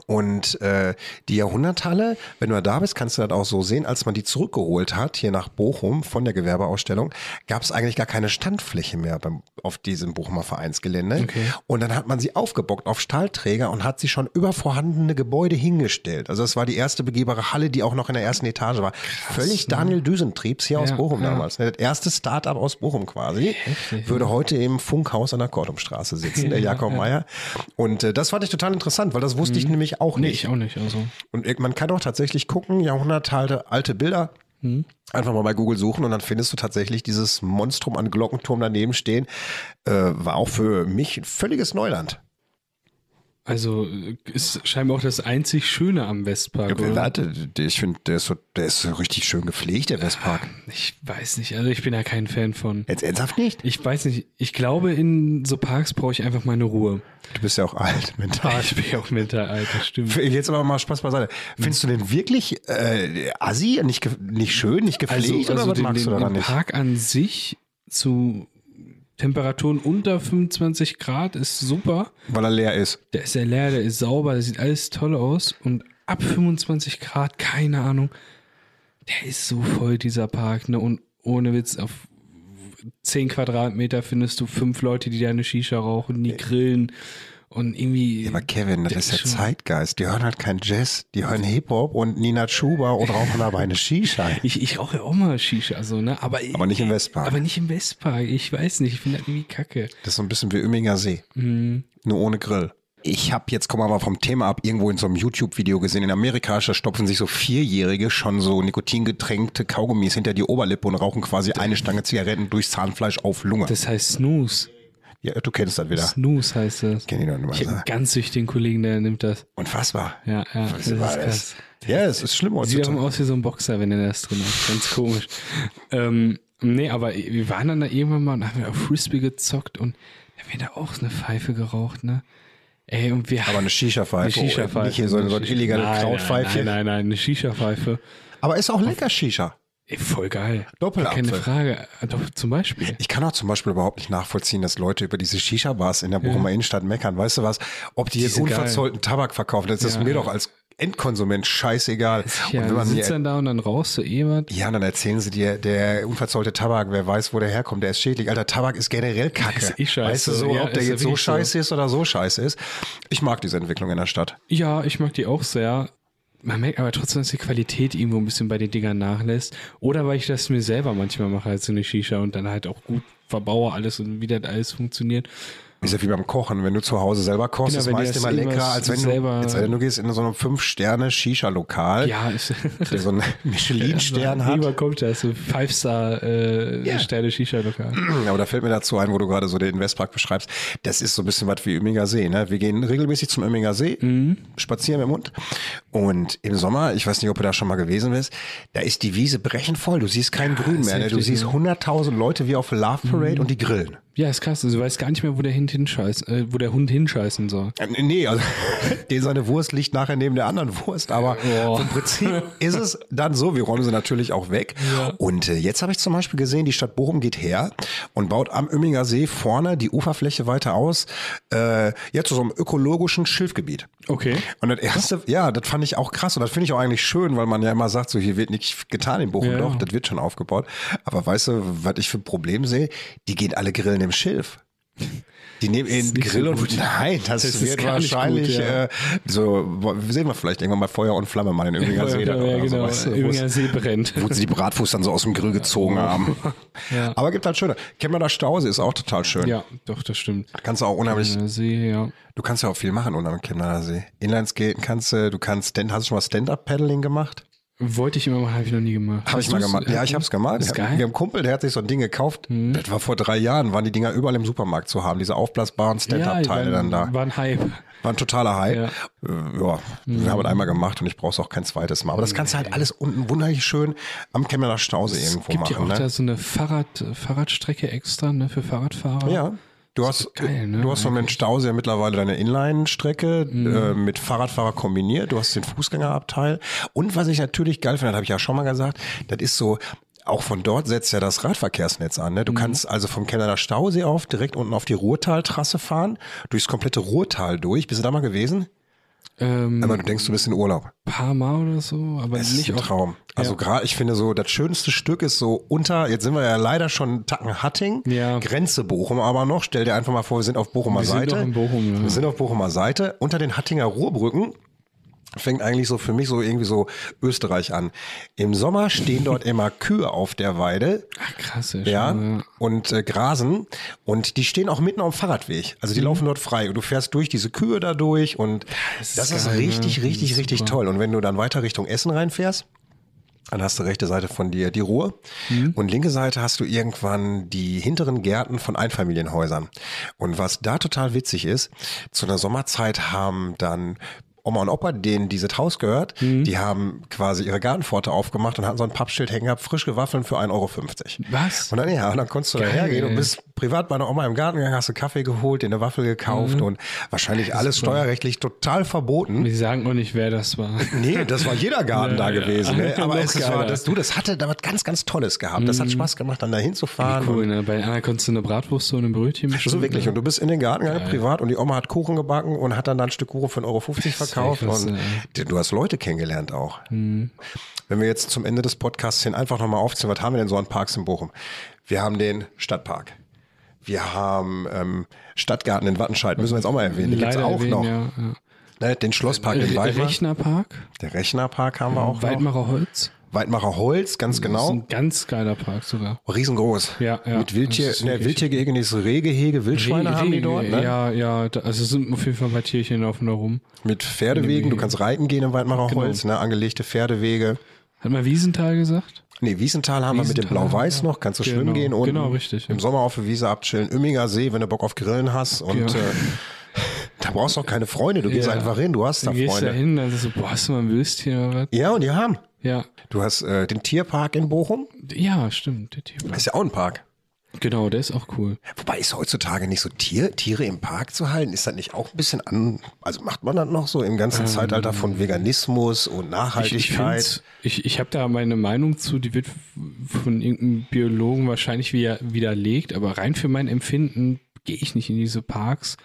Speaker 2: Und äh, die Jahrhunderthalle, wenn du da bist, kannst du das auch so sehen, als man die zurückgeholt hat, hier nach Bochum von der Gewerbeausstellung, gab es eigentlich gar keine Standfläche mehr beim, auf diesem Bochumer Vereinsgelände. Und dann hat man sie aufgebockt auf Stahlträger und hat sie schon über vorhandene Gebäude hingestellt. Also es war die erste begehbare Halle, die auch noch in der ersten Etage war. Völlig Daniel Düsentriebs hier aus
Speaker 4: Ja,
Speaker 2: Bochum
Speaker 4: ja.
Speaker 2: damals. Ne? Das erste Start-up aus Bochum quasi. Würde heute im Funkhaus an der Kortumstraße sitzen, der Jakob Meier. Und äh, das fand ich total interessant, weil das wusste ich nämlich auch
Speaker 4: Mhm. Nee,
Speaker 2: nicht.
Speaker 4: ich auch nicht. Also.
Speaker 2: Und irg- man kann auch tatsächlich gucken, Jahrhundertalte alte Bilder.
Speaker 4: Mhm.
Speaker 2: Einfach mal bei Google suchen und dann findest du tatsächlich dieses Monstrum an Glockenturm daneben stehen. Äh, war auch für mich ein völliges Neuland.
Speaker 4: Also äh, ist scheinbar auch das einzig Schöne am Westpark, oder?
Speaker 2: Warte, ich finde, der, ist so, der ist so richtig schön gepflegt, der Westpark.
Speaker 4: Ich weiß nicht, also ich bin ja kein Fan von.
Speaker 2: Jetzt ernsthaft nicht?
Speaker 4: Ich weiß nicht, ich glaube, in so Parks brauche ich einfach meine Ruhe.
Speaker 2: Du bist ja auch alt mental.
Speaker 4: Ich bin ja auch mental alt, das stimmt.
Speaker 2: Jetzt aber mal Spaß beiseite. Findest du den wirklich äh, assi, nicht, ge- nicht schön, nicht gepflegt oder was
Speaker 4: Also, den,
Speaker 2: magst
Speaker 4: den,
Speaker 2: du daran
Speaker 4: den
Speaker 2: nicht?
Speaker 4: Park an sich zu Temperaturen unter 25 Grad ist super.
Speaker 2: Weil er leer ist.
Speaker 4: Der ist ja leer, der ist sauber, der sieht alles toll aus. Und ab 25 Grad, keine Ahnung, der ist so voll, dieser Park. Ne? Und ohne Witz, auf 10 Quadratmeter findest du fünf Leute, die da eine Shisha rauchen, die grillen. Und irgendwie.
Speaker 2: Aber Kevin, das
Speaker 4: Der
Speaker 2: ist
Speaker 4: ist
Speaker 2: der
Speaker 4: schon-
Speaker 2: Zeitgeist. Die hören halt keinen Jazz, die hören Hip-Hop und Nina Schuber und rauchen dabei eine Shisha.
Speaker 4: ich, ich rauche ja auch mal Shisha, so, ne? Aber,
Speaker 2: Aber nicht im Westpark.
Speaker 4: Aber nicht im Westpark. Ich weiß nicht, ich finde das irgendwie kacke.
Speaker 2: Das ist so ein bisschen wie Öminger See.
Speaker 4: Mhm.
Speaker 2: Nur ohne Grill. Ich habe jetzt, kommen wir mal vom Thema ab, irgendwo in so einem YouTube-Video gesehen, in Amerika da stopfen sich so Vierjährige schon so nikotingetränkte Kaugummis hinter die Oberlippe und rauchen quasi eine Stange Zigaretten durchs Zahnfleisch auf Lunge.
Speaker 4: Das heißt Snooze.
Speaker 2: ja, du kennst das wieder.
Speaker 4: Snooze heißt das.
Speaker 2: Kenn ich doch nicht mal. ne?
Speaker 4: Ich habe einen ganz süchtigen Kollegen, der nimmt das.
Speaker 2: Unfassbar.
Speaker 4: Ja, ja. Das ist
Speaker 2: war
Speaker 4: krass.
Speaker 2: Ja, es ist schlimm
Speaker 4: Sieht
Speaker 2: heutzutage.
Speaker 4: auch aus wie so ein Boxer, wenn er das drin hat. Ganz komisch. ähm, nee, aber wir waren dann da irgendwann mal und haben wir auf Frisbee gezockt und da wird da auch eine Pfeife geraucht, ne? Ey, und wir
Speaker 2: Aber eine Shisha-Pfeife.
Speaker 4: Eine Shisha-Pfeife.
Speaker 2: Nicht hier so ein- so ein
Speaker 4: Shisha-
Speaker 2: illegale
Speaker 4: Nein,
Speaker 2: Krautpfeifchen.
Speaker 4: Nein, nein, nein, eine Shisha-Pfeife.
Speaker 2: Aber ist auch lecker Shisha.
Speaker 4: Ey, voll geil.
Speaker 2: Doppelapfel.
Speaker 4: Keine Frage. Doch, zum Beispiel.
Speaker 2: Ich kann auch zum Beispiel überhaupt nicht nachvollziehen, dass Leute über diese Shisha-Bars in der Bochumer Innenstadt meckern. Weißt du was? Ob die jetzt
Speaker 4: sind geil.
Speaker 2: unverzollten Tabak verkaufen, das ist
Speaker 4: Ja.
Speaker 2: mir doch als Endkonsument scheißegal.
Speaker 4: Ja,
Speaker 2: und wenn
Speaker 4: du
Speaker 2: man
Speaker 4: sitzt
Speaker 2: mir,
Speaker 4: dann da und dann rauchst du eh was.
Speaker 2: ja, und dann erzählen sie dir, der unverzollte Tabak, wer weiß, wo der herkommt, der ist schädlich. Alter, Tabak ist generell kacke.
Speaker 4: Ist eh scheiße.
Speaker 2: Weißt du so,
Speaker 4: Ja,
Speaker 2: ob der
Speaker 4: ist ja
Speaker 2: jetzt so
Speaker 4: wirklich so.
Speaker 2: scheiße ist oder so scheiße ist. Ich mag diese Entwicklung in der Stadt.
Speaker 4: Ja, ich mag die auch sehr. Man merkt aber trotzdem, dass die Qualität irgendwo ein bisschen bei den Dingern nachlässt. Oder weil ich das mir selber manchmal mache, als so eine Shisha und dann halt auch gut verbaue alles und wie das alles funktioniert.
Speaker 2: Ist ja wie beim Kochen. Wenn du zu Hause selber kochst,
Speaker 4: Genau,
Speaker 2: ist
Speaker 4: wenn dir
Speaker 2: meist
Speaker 4: das
Speaker 2: immer leckerer,
Speaker 4: irgendwas
Speaker 2: als wenn, du,
Speaker 4: selber-
Speaker 2: als wenn du gehst in so einem Fünf-Sterne-Shisha-Lokal,
Speaker 4: Ja, Äh, ist
Speaker 2: der so einen Michelin-Stern hat.
Speaker 4: Lieber kommt das, so äh, Five-Star-Sterne-Shisha-Lokal.
Speaker 2: Aber da fällt mir dazu ein, wo du gerade so den Westpark beschreibst. Das ist so ein bisschen was wie Öminger See. Ne? Wir gehen regelmäßig zum Öminger See,
Speaker 4: Mhm.
Speaker 2: spazieren mit dem Hund. Und im Sommer, ich weiß nicht, ob du da schon mal gewesen bist, da ist die Wiese brechend voll. Du siehst kein Grün
Speaker 4: ist
Speaker 2: mehr. Ne? Du
Speaker 4: heftig,
Speaker 2: siehst
Speaker 4: ne?
Speaker 2: 100.000 Leute wie auf der Love Parade
Speaker 4: Mhm.
Speaker 2: und die grillen.
Speaker 4: ja, ist krass. Also du weißt gar nicht mehr, wo der, Hund hinscheiß, äh, wo der Hund hinscheißen soll.
Speaker 2: Äh, Nee, also den seine Wurst liegt nachher neben der anderen Wurst, aber
Speaker 4: Oh.
Speaker 2: im Prinzip ist es dann so, wir räumen sie natürlich auch weg. Und äh, jetzt habe ich zum Beispiel gesehen, die Stadt Bochum geht her und baut am Öminger See vorne die Uferfläche weiter aus, äh, ja, zu so einem ökologischen Schilfgebiet.
Speaker 4: Okay.
Speaker 2: Und das erste, ja, das fand ich auch krass und das finde ich auch eigentlich schön, weil man ja immer sagt, so hier wird nicht getan in Bochum,
Speaker 4: Ja.
Speaker 2: doch, das wird schon aufgebaut. Aber weißt du, was ich für ein Problem sehe? Die gehen alle grillen im Schilf. Die nehmen ihren
Speaker 4: nicht so
Speaker 2: Grill und
Speaker 4: gut.
Speaker 2: nein, das,
Speaker 4: Das ist
Speaker 2: wird
Speaker 4: gar nicht
Speaker 2: wahrscheinlich
Speaker 4: gut, ja.
Speaker 2: äh, so wo- sehen wir vielleicht irgendwann mal Feuer und Flamme mal in Öminger See dann
Speaker 4: ja,
Speaker 2: oder so, Also,
Speaker 4: genau.
Speaker 2: weißt du, wo
Speaker 4: Irgendein
Speaker 2: es-
Speaker 4: See brennt.
Speaker 2: wo sie die Bratwurst dann so aus dem Grill gezogen haben.
Speaker 4: Ja.
Speaker 2: Aber gibt halt schöne. Kemmerer Stausee ist auch total schön.
Speaker 4: Ja, doch, das stimmt.
Speaker 2: Kannst du auch unheimlich
Speaker 4: Äh, See, ja.
Speaker 2: Du kannst ja auch viel machen unter dem Kindersee. Inlineskaten kannst du, du kannst Stand, hast du schon mal Stand-Up-Paddling gemacht?
Speaker 4: Wollte ich immer mal, habe ich noch nie gemacht. äh,
Speaker 2: Habe ich mal gemacht. Ja, ich hab's gemacht.
Speaker 4: Ist
Speaker 2: wir,
Speaker 4: geil. Mhm.
Speaker 2: haben, wir haben einen Kumpel, der hat sich so ein Ding gekauft. Das war vor drei Jahren, waren die Dinger überall im Supermarkt zu haben, diese aufblasbaren Stand-Up-Teile
Speaker 4: waren-
Speaker 2: dann da.
Speaker 4: Waren Hype.
Speaker 2: War ein totaler Hype. Ja, äh, ja wir haben
Speaker 4: Mhm.
Speaker 2: es einmal gemacht und ich brauch's auch kein zweites Mal. Aber das kannst du halt alles unten wunderlich schön am Kemmerer Stausee irgendwo
Speaker 4: Gibt ja auch
Speaker 2: machen.
Speaker 4: da
Speaker 2: Ne?
Speaker 4: so eine Fahrrad, Fahrradstrecke extra ne, für Fahrradfahrer.
Speaker 2: Ja. Du hast,
Speaker 4: geil, ne? Mhm.
Speaker 2: du hast vom Stausee ja mittlerweile deine Inline-Strecke äh, mit Fahrradfahrer kombiniert. Du hast den Fußgängerabteil. Und was ich natürlich geil finde, das habe ich ja schon mal gesagt, das ist so, auch von dort setzt ja das Radverkehrsnetz an.
Speaker 4: Mhm.
Speaker 2: Ne? Du kannst also vom Kennerer Stausee auf direkt unten auf die Ruhrtaltrasse fahren, durchs komplette Ruhrtal durch. Bist du da mal gewesen?
Speaker 4: Ähm,
Speaker 2: Aber du denkst, du bist in Urlaub.
Speaker 4: paar Mal oder so, aber
Speaker 2: Es ist
Speaker 4: nicht
Speaker 2: ein
Speaker 4: oft.
Speaker 2: Traum. Also
Speaker 4: Ja.
Speaker 2: gerade, ich finde so, das schönste Stück ist so unter, jetzt sind wir ja leider schon einen Tacken Hatting,
Speaker 4: Ja.
Speaker 2: Grenze Bochum aber noch. Stell dir einfach mal vor, wir sind auf Bochumer
Speaker 4: Wir sind
Speaker 2: Seite.
Speaker 4: doch in Bochum, ja.
Speaker 2: Wir sind auf Bochumer Seite. Unter den Hattinger Ruhrbrücken fängt eigentlich so für mich so irgendwie so Österreich an. Im Sommer stehen dort immer Kühe auf der Weide.
Speaker 4: Ach, krass, ey,
Speaker 2: Ja,
Speaker 4: schon, ja.
Speaker 2: und äh, grasen. Und die stehen auch mitten auf dem Fahrradweg. Also
Speaker 4: Mhm.
Speaker 2: die laufen dort frei. Und du fährst durch diese Kühe da durch. Und das, ist,
Speaker 4: geil,
Speaker 2: richtig,
Speaker 4: ne?
Speaker 2: richtig,
Speaker 4: Das ist
Speaker 2: richtig
Speaker 4: super.
Speaker 2: toll. Und wenn du dann weiter Richtung Essen reinfährst, dann hast du rechte Seite von dir die Ruhr
Speaker 4: Mhm.
Speaker 2: und linke Seite hast du irgendwann die hinteren Gärten von Einfamilienhäusern. Und was da total witzig ist, zu einer Sommerzeit haben dann Oma und Opa, denen dieses Haus gehört,
Speaker 4: Mhm.
Speaker 2: die haben quasi ihre Gartenpforte aufgemacht und hatten so ein Pappschild hängen gehabt, frische Waffeln für 1,50 Euro.
Speaker 4: Was?
Speaker 2: Und dann, ja, und dann konntest du
Speaker 4: Geil.
Speaker 2: dahergehen und bist privat bei einer Oma im Garten gegangen, hast du Kaffee geholt, dir eine Waffel gekauft
Speaker 4: Mhm.
Speaker 2: und wahrscheinlich alles steuerrechtlich total verboten.
Speaker 4: Die sagen auch nicht, wer das war.
Speaker 2: Nee, das war jeder Garten da
Speaker 4: Ja, ja.
Speaker 2: gewesen. Ne? Aber
Speaker 4: Noch
Speaker 2: es es war,
Speaker 4: geiler.
Speaker 2: das, du, das hatte da was ganz, ganz Tolles gehabt. Das hat Spaß gemacht, dann da hinzufahren.
Speaker 4: Mhm. Cool, ne? Bei Anna konntest du eine Bratwurst und ein Brötchen
Speaker 2: So wirklich. Und du bist in den Garten gegangen, privat, und die Oma hat Kuchen gebacken und hat dann da ein Stück Kuchen für 1,50 Euro verkauft.
Speaker 4: echt was, Mhm.
Speaker 2: und du- du hast Leute kennengelernt auch. Wenn wir jetzt zum Ende des Podcasts hin einfach nochmal aufziehen, was haben wir denn so an Parks in Bochum? Wir haben den Stadtpark. Wir haben ähm, Stadtgarten in Wattenscheid, müssen wir jetzt auch mal erwähnen. Den gibt's
Speaker 4: Leider
Speaker 2: auch
Speaker 4: erwähnen,
Speaker 2: noch.
Speaker 4: Ja, Äh, ja.
Speaker 2: Ne, den Schlosspark in Oh. Weidmar.
Speaker 4: Rechnerpark,
Speaker 2: Der Rechnerpark haben wir auch noch.
Speaker 4: Weidmacher Holz.
Speaker 2: Weidmacher Holz, ganz
Speaker 4: Das ist
Speaker 2: genau.
Speaker 4: ein ganz geiler Park sogar.
Speaker 2: Riesengroß.
Speaker 4: Ja, ja.
Speaker 2: Mit Wildtier,
Speaker 4: Das ist
Speaker 2: ne,
Speaker 4: wirklich-
Speaker 2: Wildtiergegend ist Rehgehege, Wildschweine
Speaker 4: Re-
Speaker 2: haben die
Speaker 4: Re-
Speaker 2: dort, ne?
Speaker 4: Ja, ja, da, also es sind auf jeden Fall ein paar Tierchen auf und da rum.
Speaker 2: Mit Pferdewegen, du kannst reiten gehen im Weidmacher
Speaker 4: Genau.
Speaker 2: Holz, ne? Angelegte Pferdewege.
Speaker 4: Hat mal Wiesenthal gesagt?
Speaker 2: Nee, Wiesental haben wir mit dem
Speaker 4: Wiesental,
Speaker 2: Blau-Weiß
Speaker 4: ja.
Speaker 2: noch, kannst du
Speaker 4: Genau,
Speaker 2: schwimmen gehen und
Speaker 4: genau, richtig, ja.
Speaker 2: im Sommer auf der Wiese abchillen. Imminger See, wenn du Bock auf Grillen hast und
Speaker 4: Ja.
Speaker 2: äh, da brauchst du auch keine Freunde, du gehst
Speaker 4: Ja.
Speaker 2: einfach hin, du hast da
Speaker 4: Dann gehst du da
Speaker 2: Freunde.
Speaker 4: hin, dann ist es so, boah, hast du mal ein Würstchen oder was?
Speaker 2: Ja, und die haben.
Speaker 4: Ja.
Speaker 2: Du hast äh, den Tierpark in Bochum,
Speaker 4: Ja, stimmt, der Tierpark.
Speaker 2: ist ja auch ein Park.
Speaker 4: Genau, der ist auch cool.
Speaker 2: Wobei ist heutzutage nicht so Tier, Tiere im Park zu halten, ist das nicht auch ein bisschen an, also macht man das noch so im ganzen Zeitalter von Veganismus und
Speaker 4: Ähm. Ich, ich,
Speaker 2: Nachhaltigkeit?
Speaker 4: find's- ich, ich habe da meine Meinung zu, die wird von irgendeinem Biologen wahrscheinlich wieder, widerlegt, aber rein für mein Empfinden gehe ich nicht in diese Parks,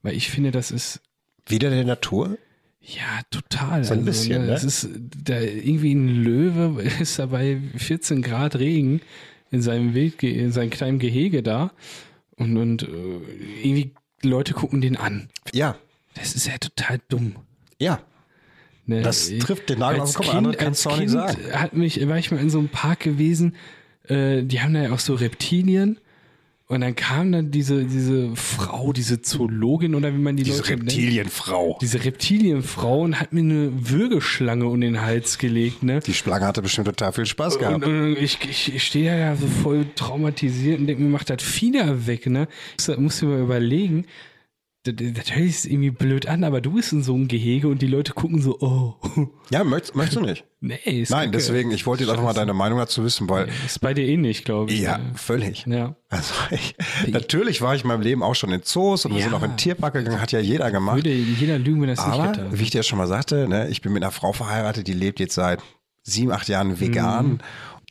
Speaker 4: weil ich finde, das ist
Speaker 2: Wieder der Natur?
Speaker 4: ja total.
Speaker 2: So ein bisschen, ne?
Speaker 4: Das ist da irgendwie ein Löwe ist da bei 14 Grad Regen in seinem Wild, in seinem kleinen Gehege da und, und äh, irgendwie Leute gucken den an.
Speaker 2: Ja,
Speaker 4: Das ist ja total dumm.
Speaker 2: ja.
Speaker 4: Ne,
Speaker 2: Das
Speaker 4: ich-
Speaker 2: trifft den Nagel
Speaker 4: als
Speaker 2: auf den Kopf.
Speaker 4: Kind-
Speaker 2: Andere kannst
Speaker 4: als
Speaker 2: du auch nicht
Speaker 4: Kind
Speaker 2: sagen.
Speaker 4: Hat mich, war ich mal in so einem Park gewesen, äh, die haben da ja auch so Reptilien. Und dann kam dann diese, diese Frau, diese Zoologin oder wie man die
Speaker 2: Diese
Speaker 4: Leute nennt.
Speaker 2: Reptilienfrau.
Speaker 4: Diese Reptilienfrau und hat mir eine Würgeschlange um den Hals gelegt, ne?
Speaker 2: Die Schlange hatte bestimmt total viel Spaß gehabt.
Speaker 4: Und, und ich, ich, ich stehe da ja so voll traumatisiert und denke mir, macht das Fieder weg, ne? Ich muss mir mal überlegen. Das, das hört sich irgendwie blöd an, aber du bist in so einem Gehege und die Leute gucken so, oh.
Speaker 2: ja, möchtest, möchtest du nicht?
Speaker 4: Nee, ist
Speaker 2: Nein,
Speaker 4: kacke.
Speaker 2: deswegen, ich wollte jetzt einfach mal deine Meinung dazu wissen, weil,
Speaker 4: Ist bei dir eh nicht, glaube ich.
Speaker 2: ja, völlig.
Speaker 4: Ja.
Speaker 2: Also ich, natürlich war ich in meinem Leben auch schon in Zoos und wir sind auch in Tierparke gegangen, hat ja jeder gemacht.
Speaker 4: Würde jeder lügen, wenn das nicht
Speaker 2: Aber
Speaker 4: hätte.
Speaker 2: wie ich dir schon mal sagte, ne, ich bin mit einer Frau verheiratet, die lebt jetzt seit sieben, acht Jahren vegan.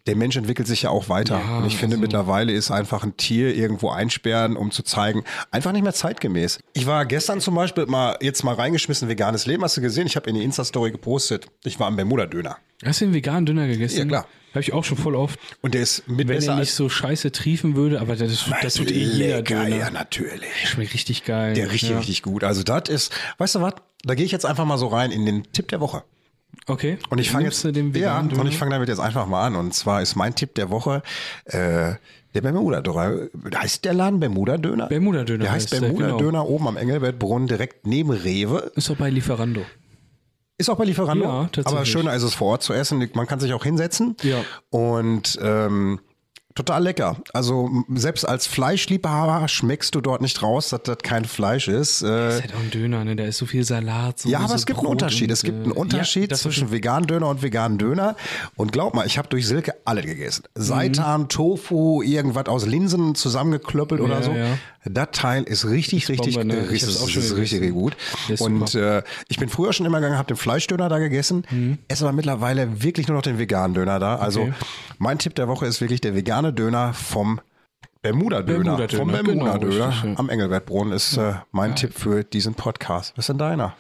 Speaker 2: Der Mensch entwickelt sich ja auch weiter.
Speaker 4: Mhm. Ja,
Speaker 2: und ich finde, mittlerweile ist einfach ein Tier irgendwo einsperren, um zu zeigen, einfach nicht mehr zeitgemäß. Ich war gestern zum Beispiel mal jetzt mal reingeschmissen, veganes Leben. Hast du gesehen? Ich habe in die Insta-Story gepostet. Ich war am Bermuda-Döner.
Speaker 4: Hast du den veganen Döner gegessen?
Speaker 2: Ja, klar.
Speaker 4: Habe ich auch schon voll oft.
Speaker 2: Und der ist mit
Speaker 4: Wenn
Speaker 2: besser
Speaker 4: er nicht
Speaker 2: als
Speaker 4: so scheiße triefen würde, aber das, das tut eh jeder
Speaker 2: lecker,
Speaker 4: Döner.
Speaker 2: ja, natürlich.
Speaker 4: Schmeckt richtig geil.
Speaker 2: Der richtig,
Speaker 4: ja.
Speaker 2: richtig gut. Also das ist, weißt du was? Da gehe ich jetzt einfach mal so rein in den Tipp der Woche.
Speaker 4: Okay.
Speaker 2: Und ich fange
Speaker 4: Nimmst
Speaker 2: jetzt,
Speaker 4: du den
Speaker 2: ja,
Speaker 4: veganen Döner?
Speaker 2: und ich fange damit jetzt einfach mal an. Und zwar ist mein Tipp der Woche äh, der Bermuda Döner. Heißt der Laden Bermuda Döner?
Speaker 4: Bermuda Döner
Speaker 2: Der heißt
Speaker 4: heißt der,
Speaker 2: Bermuda
Speaker 4: genau.
Speaker 2: Döner oben am Engelbertbrunnen direkt neben Rewe.
Speaker 4: Ist doch bei Lieferando.
Speaker 2: Ist auch bei Lieferando.
Speaker 4: Ja, tatsächlich.
Speaker 2: Aber schöner ist es vor Ort zu essen. Man kann sich auch hinsetzen.
Speaker 4: Ja.
Speaker 2: Und ähm, total lecker. Also m- selbst als Fleischliebhaber schmeckst du dort nicht raus, dass das kein Fleisch ist. Äh,
Speaker 4: Ist halt auch ein Döner, ne? Da ist so viel Salat. So
Speaker 2: ja, aber
Speaker 4: so
Speaker 2: es gibt einen
Speaker 4: Brot
Speaker 2: Unterschied.
Speaker 4: und,
Speaker 2: Es gibt
Speaker 4: äh,
Speaker 2: einen Unterschied
Speaker 4: ja, das
Speaker 2: zwischen veganen Döner und veganen Döner. Und glaub mal, ich habe durch Silke alle gegessen.
Speaker 4: Mhm.
Speaker 2: Seitan, Tofu, irgendwas aus Linsen zusammengeklöppelt oder
Speaker 4: Ja,
Speaker 2: so.
Speaker 4: ja.
Speaker 2: Das Teil ist richtig, richtig,
Speaker 4: Bombe, ne?
Speaker 2: äh,
Speaker 4: Ich
Speaker 2: richtig,
Speaker 4: hab's auch
Speaker 2: das
Speaker 4: schon
Speaker 2: ist richtig
Speaker 4: gegessen.
Speaker 2: gut.
Speaker 4: Der ist
Speaker 2: Und
Speaker 4: super.
Speaker 2: äh, ich bin früher schon immer gegangen, habe den Fleischdöner da gegessen, esse aber mittlerweile wirklich nur noch den veganen Döner da. Also
Speaker 4: Mhm. Okay.
Speaker 2: mein Tipp der Woche ist wirklich der vegane Döner vom Bermuda-Döner.
Speaker 4: Bermuda-Döner,
Speaker 2: vom
Speaker 4: genau,
Speaker 2: Bermuda-Döner
Speaker 4: richtig, ja.
Speaker 2: am Engelbertbrunnen ist äh, mein Tipp für diesen Podcast. Was ist denn deiner?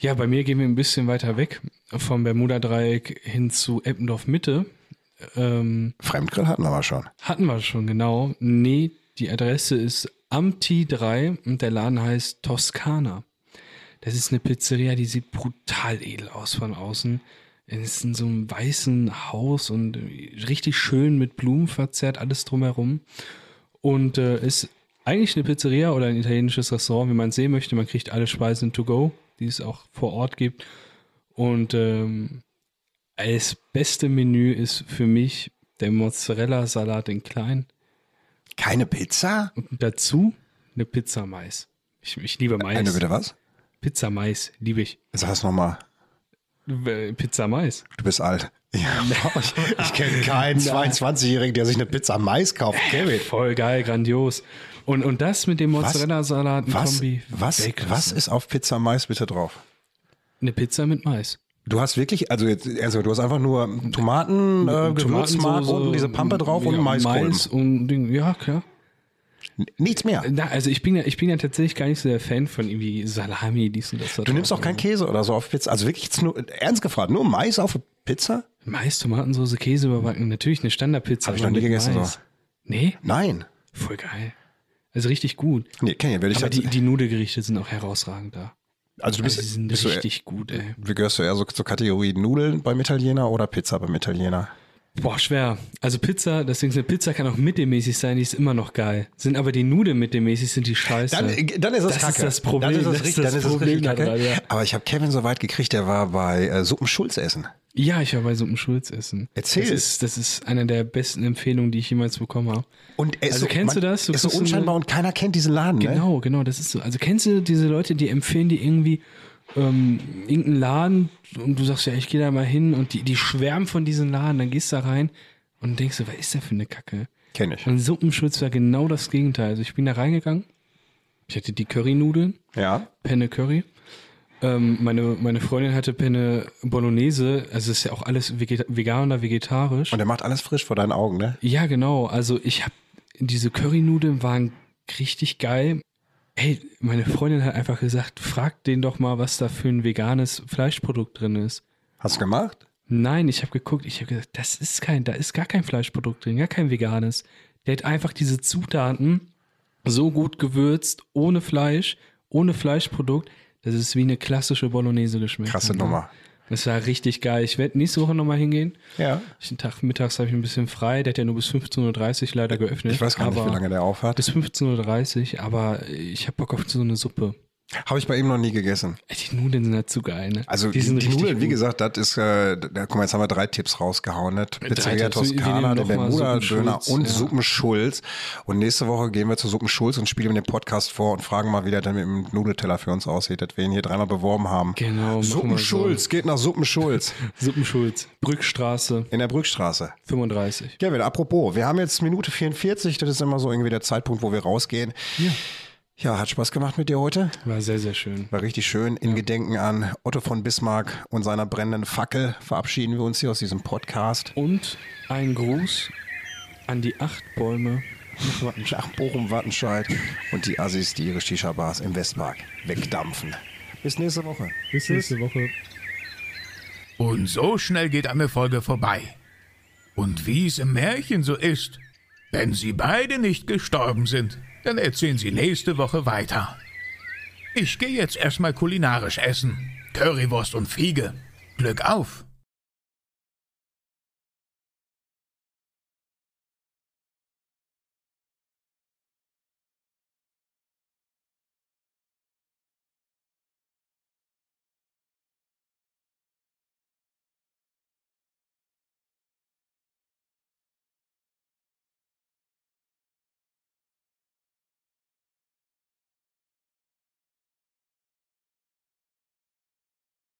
Speaker 4: Ja, bei mir gehen wir ein bisschen weiter weg vom Bermuda-Dreieck hin zu Eppendorf-Mitte. Ähm,
Speaker 2: Fremdgrill hatten wir aber schon.
Speaker 4: hatten wir schon, genau. Nee, die Adresse ist Amti 3 und der Laden heißt Toskana. Das ist eine Pizzeria, die sieht brutal edel aus von außen. Es ist in so einem weißen Haus und richtig schön mit Blumen verzerrt, alles drumherum. Und äh, ist eigentlich eine Pizzeria oder ein italienisches Restaurant, wie man es sehen möchte. Man kriegt alle Speisen to go, die es auch vor Ort gibt. Und ähm, als beste Menü ist für mich der Mozzarella-Salat in klein.
Speaker 2: Keine Pizza?
Speaker 4: Und dazu eine Pizza Mais. Ich, ich liebe Mais.
Speaker 2: Eine bitte was?
Speaker 4: Pizza Mais, liebe ich.
Speaker 2: Sag's nochmal.
Speaker 4: Äh, Pizza Mais.
Speaker 2: Du bist alt. Ja, ich ich kenne keinen 22-Jährigen, der sich eine Pizza Mais kauft. Kevin.
Speaker 4: Voll geil, grandios. Und, und das mit dem Mozzarella-Salat in
Speaker 2: Was,
Speaker 4: Kombi.
Speaker 2: was,
Speaker 4: Weltklasse.
Speaker 2: was ist auf Pizza Mais bitte drauf?
Speaker 4: Eine Pizza mit Mais.
Speaker 2: Du hast wirklich, also, jetzt, also du hast einfach nur Tomaten, äh, Gewürzmark
Speaker 4: Tomatensoße,
Speaker 2: unten diese Pampe drauf und
Speaker 4: ja,
Speaker 2: Maiskolben.
Speaker 4: Mais und Ding. Ja, klar.
Speaker 2: Nichts mehr.
Speaker 4: Na, also ich bin ja, ich bin ja tatsächlich gar nicht so der Fan von irgendwie Salami, dies und das.
Speaker 2: Du nimmst auch keinen Käse oder so auf Pizza. Also wirklich jetzt nur, ernst gefragt, nur Mais auf Pizza?
Speaker 4: Mais, Tomatensoße, Käse überbacken. Natürlich eine Standardpizza.
Speaker 2: Hab ich
Speaker 4: aber
Speaker 2: noch nie
Speaker 4: mit
Speaker 2: gegessen,
Speaker 4: Mais.
Speaker 2: so.
Speaker 4: Nee,
Speaker 2: Nein.
Speaker 4: voll geil. Also richtig gut.
Speaker 2: Nee, kenn ich, werde ich
Speaker 4: Aber
Speaker 2: jetzt,
Speaker 4: die, die Nudelgerichte sind auch herausragend da.
Speaker 2: Also du bist,
Speaker 4: Also die sind
Speaker 2: bist
Speaker 4: richtig gut, ey.
Speaker 2: du, gehörst du eher so zur Kategorie Nudeln beim Italiener oder Pizza beim Italiener?
Speaker 4: Boah, schwer. Also Pizza, das Ding ist, eine Pizza kann auch mittelmäßig sein, die ist immer noch geil. Sind aber die Nudeln mittelmäßig, sind die scheiße.
Speaker 2: dann ist äh,
Speaker 4: Das ist das Problem,
Speaker 2: Dann ist das,
Speaker 4: das ist
Speaker 2: richtig,
Speaker 4: das
Speaker 2: dann ist das
Speaker 4: Problem
Speaker 2: richtig kacke.
Speaker 4: daran, ja.
Speaker 2: Aber ich habe Kevin so weit gekriegt, der war bei äh, Suppen Schulz essen.
Speaker 4: ja, ich war bei Suppen Schulz essen.
Speaker 2: Erzähl.
Speaker 4: Das ist, das ist eine der besten Empfehlungen, die ich jemals bekommen habe.
Speaker 2: Und er ist
Speaker 4: Also
Speaker 2: so,
Speaker 4: kennst du das? Du
Speaker 2: ist so
Speaker 4: kriegst so eine-
Speaker 2: unscheinbar und keiner kennt diesen Laden, ne?
Speaker 4: Genau, genau, das ist so. Also kennst du diese Leute, die empfehlen dir irgendwie ähm, irgendeinen Laden und du sagst, ja, ich gehe da mal hin und die, die schwärmen von diesem Laden, dann gehst du da rein und denkst du, was ist der für eine Kacke?
Speaker 2: Kenn ich.
Speaker 4: Und Suppenschutz war genau das Gegenteil. Also ich bin da reingegangen, ich hatte die Currynudeln,
Speaker 2: Ja.
Speaker 4: Penne Curry. Ähm, meine, meine Freundin hatte Penne Bolognese, also ist ja auch alles vegeta vegan oder vegetarisch.
Speaker 2: Und er macht alles frisch vor deinen Augen, ne?
Speaker 4: Ja, genau. Also ich habe diese Currynudeln waren richtig geil. Hey, meine Freundin hat einfach gesagt, frag den doch mal, was da für ein veganes Fleischprodukt drin ist.
Speaker 2: Hast du gemacht?
Speaker 4: Nein, ich habe geguckt, ich habe gesagt, das ist kein, da ist gar kein Fleischprodukt drin, gar kein veganes. Der hat einfach diese Zutaten so gut gewürzt, ohne Fleisch, ohne Fleischprodukt, dass es wie eine klassische Bolognese geschmeckt
Speaker 2: Krasse
Speaker 4: hat.
Speaker 2: Nummer.
Speaker 4: Das war richtig geil. Ich werde nächste Woche nochmal hingehen.
Speaker 2: Ja.
Speaker 4: Ich, den Tag mittags habe ich ein bisschen frei. Der hat ja nur bis 15.30 Uhr leider geöffnet.
Speaker 2: Ich weiß gar nicht,
Speaker 4: aber
Speaker 2: wie lange der aufhat.
Speaker 4: Bis 15.30 Uhr, aber ich habe Bock auf so eine Suppe.
Speaker 2: Habe ich bei ihm noch nie gegessen.
Speaker 4: Ey, Die Nudeln sind halt zu geil, ne?
Speaker 2: Also die, die,
Speaker 4: richtig
Speaker 2: Nudeln, wie
Speaker 4: gut.
Speaker 2: gesagt, das ist, äh, da, guck mal, jetzt haben wir drei Tipps rausgehauen, ne? Pizzeria
Speaker 4: Tipps. Wir
Speaker 2: Toskana,
Speaker 4: nehmen
Speaker 2: der
Speaker 4: noch mal
Speaker 2: Bermuda-Döner
Speaker 4: Suppenschulz,
Speaker 2: und
Speaker 4: ja.
Speaker 2: Suppenschulz. Und nächste Woche gehen wir zu Suppenschulz und spielen den Podcast vor und fragen mal, wie der dann mit dem Nudelteller für uns aussieht, das wir ihn hier dreimal beworben haben.
Speaker 4: Genau, machen wir
Speaker 2: Suppenschulz, geht nach Suppenschulz
Speaker 4: Suppenschulz, Brückstraße
Speaker 2: in der Brückstraße.
Speaker 4: 35.
Speaker 2: Kevin, apropos, wir haben jetzt Minute 44, das ist immer so irgendwie der Zeitpunkt, wo wir rausgehen. Ja, ja hat Spaß gemacht mit dir heute.
Speaker 4: War sehr, sehr schön.
Speaker 2: War richtig schön. In Gedenken an Otto von Bismarck und seiner brennenden Fackel verabschieden wir uns hier aus diesem Podcast.
Speaker 4: Und ein Gruß an die acht Bäume.
Speaker 2: Nach Bochum, Wattenscheid und die Assis, die ihre Shisha-Bars im Westpark wegdampfen. Bis nächste Woche.
Speaker 4: Bis nächste Woche.
Speaker 1: Und so schnell geht eine Folge vorbei. Und wie es im Märchen so ist, wenn sie beide nicht gestorben sind, dann erzählen sie nächste Woche weiter. Ich gehe jetzt erstmal kulinarisch essen. Currywurst und Fiege. Glück auf!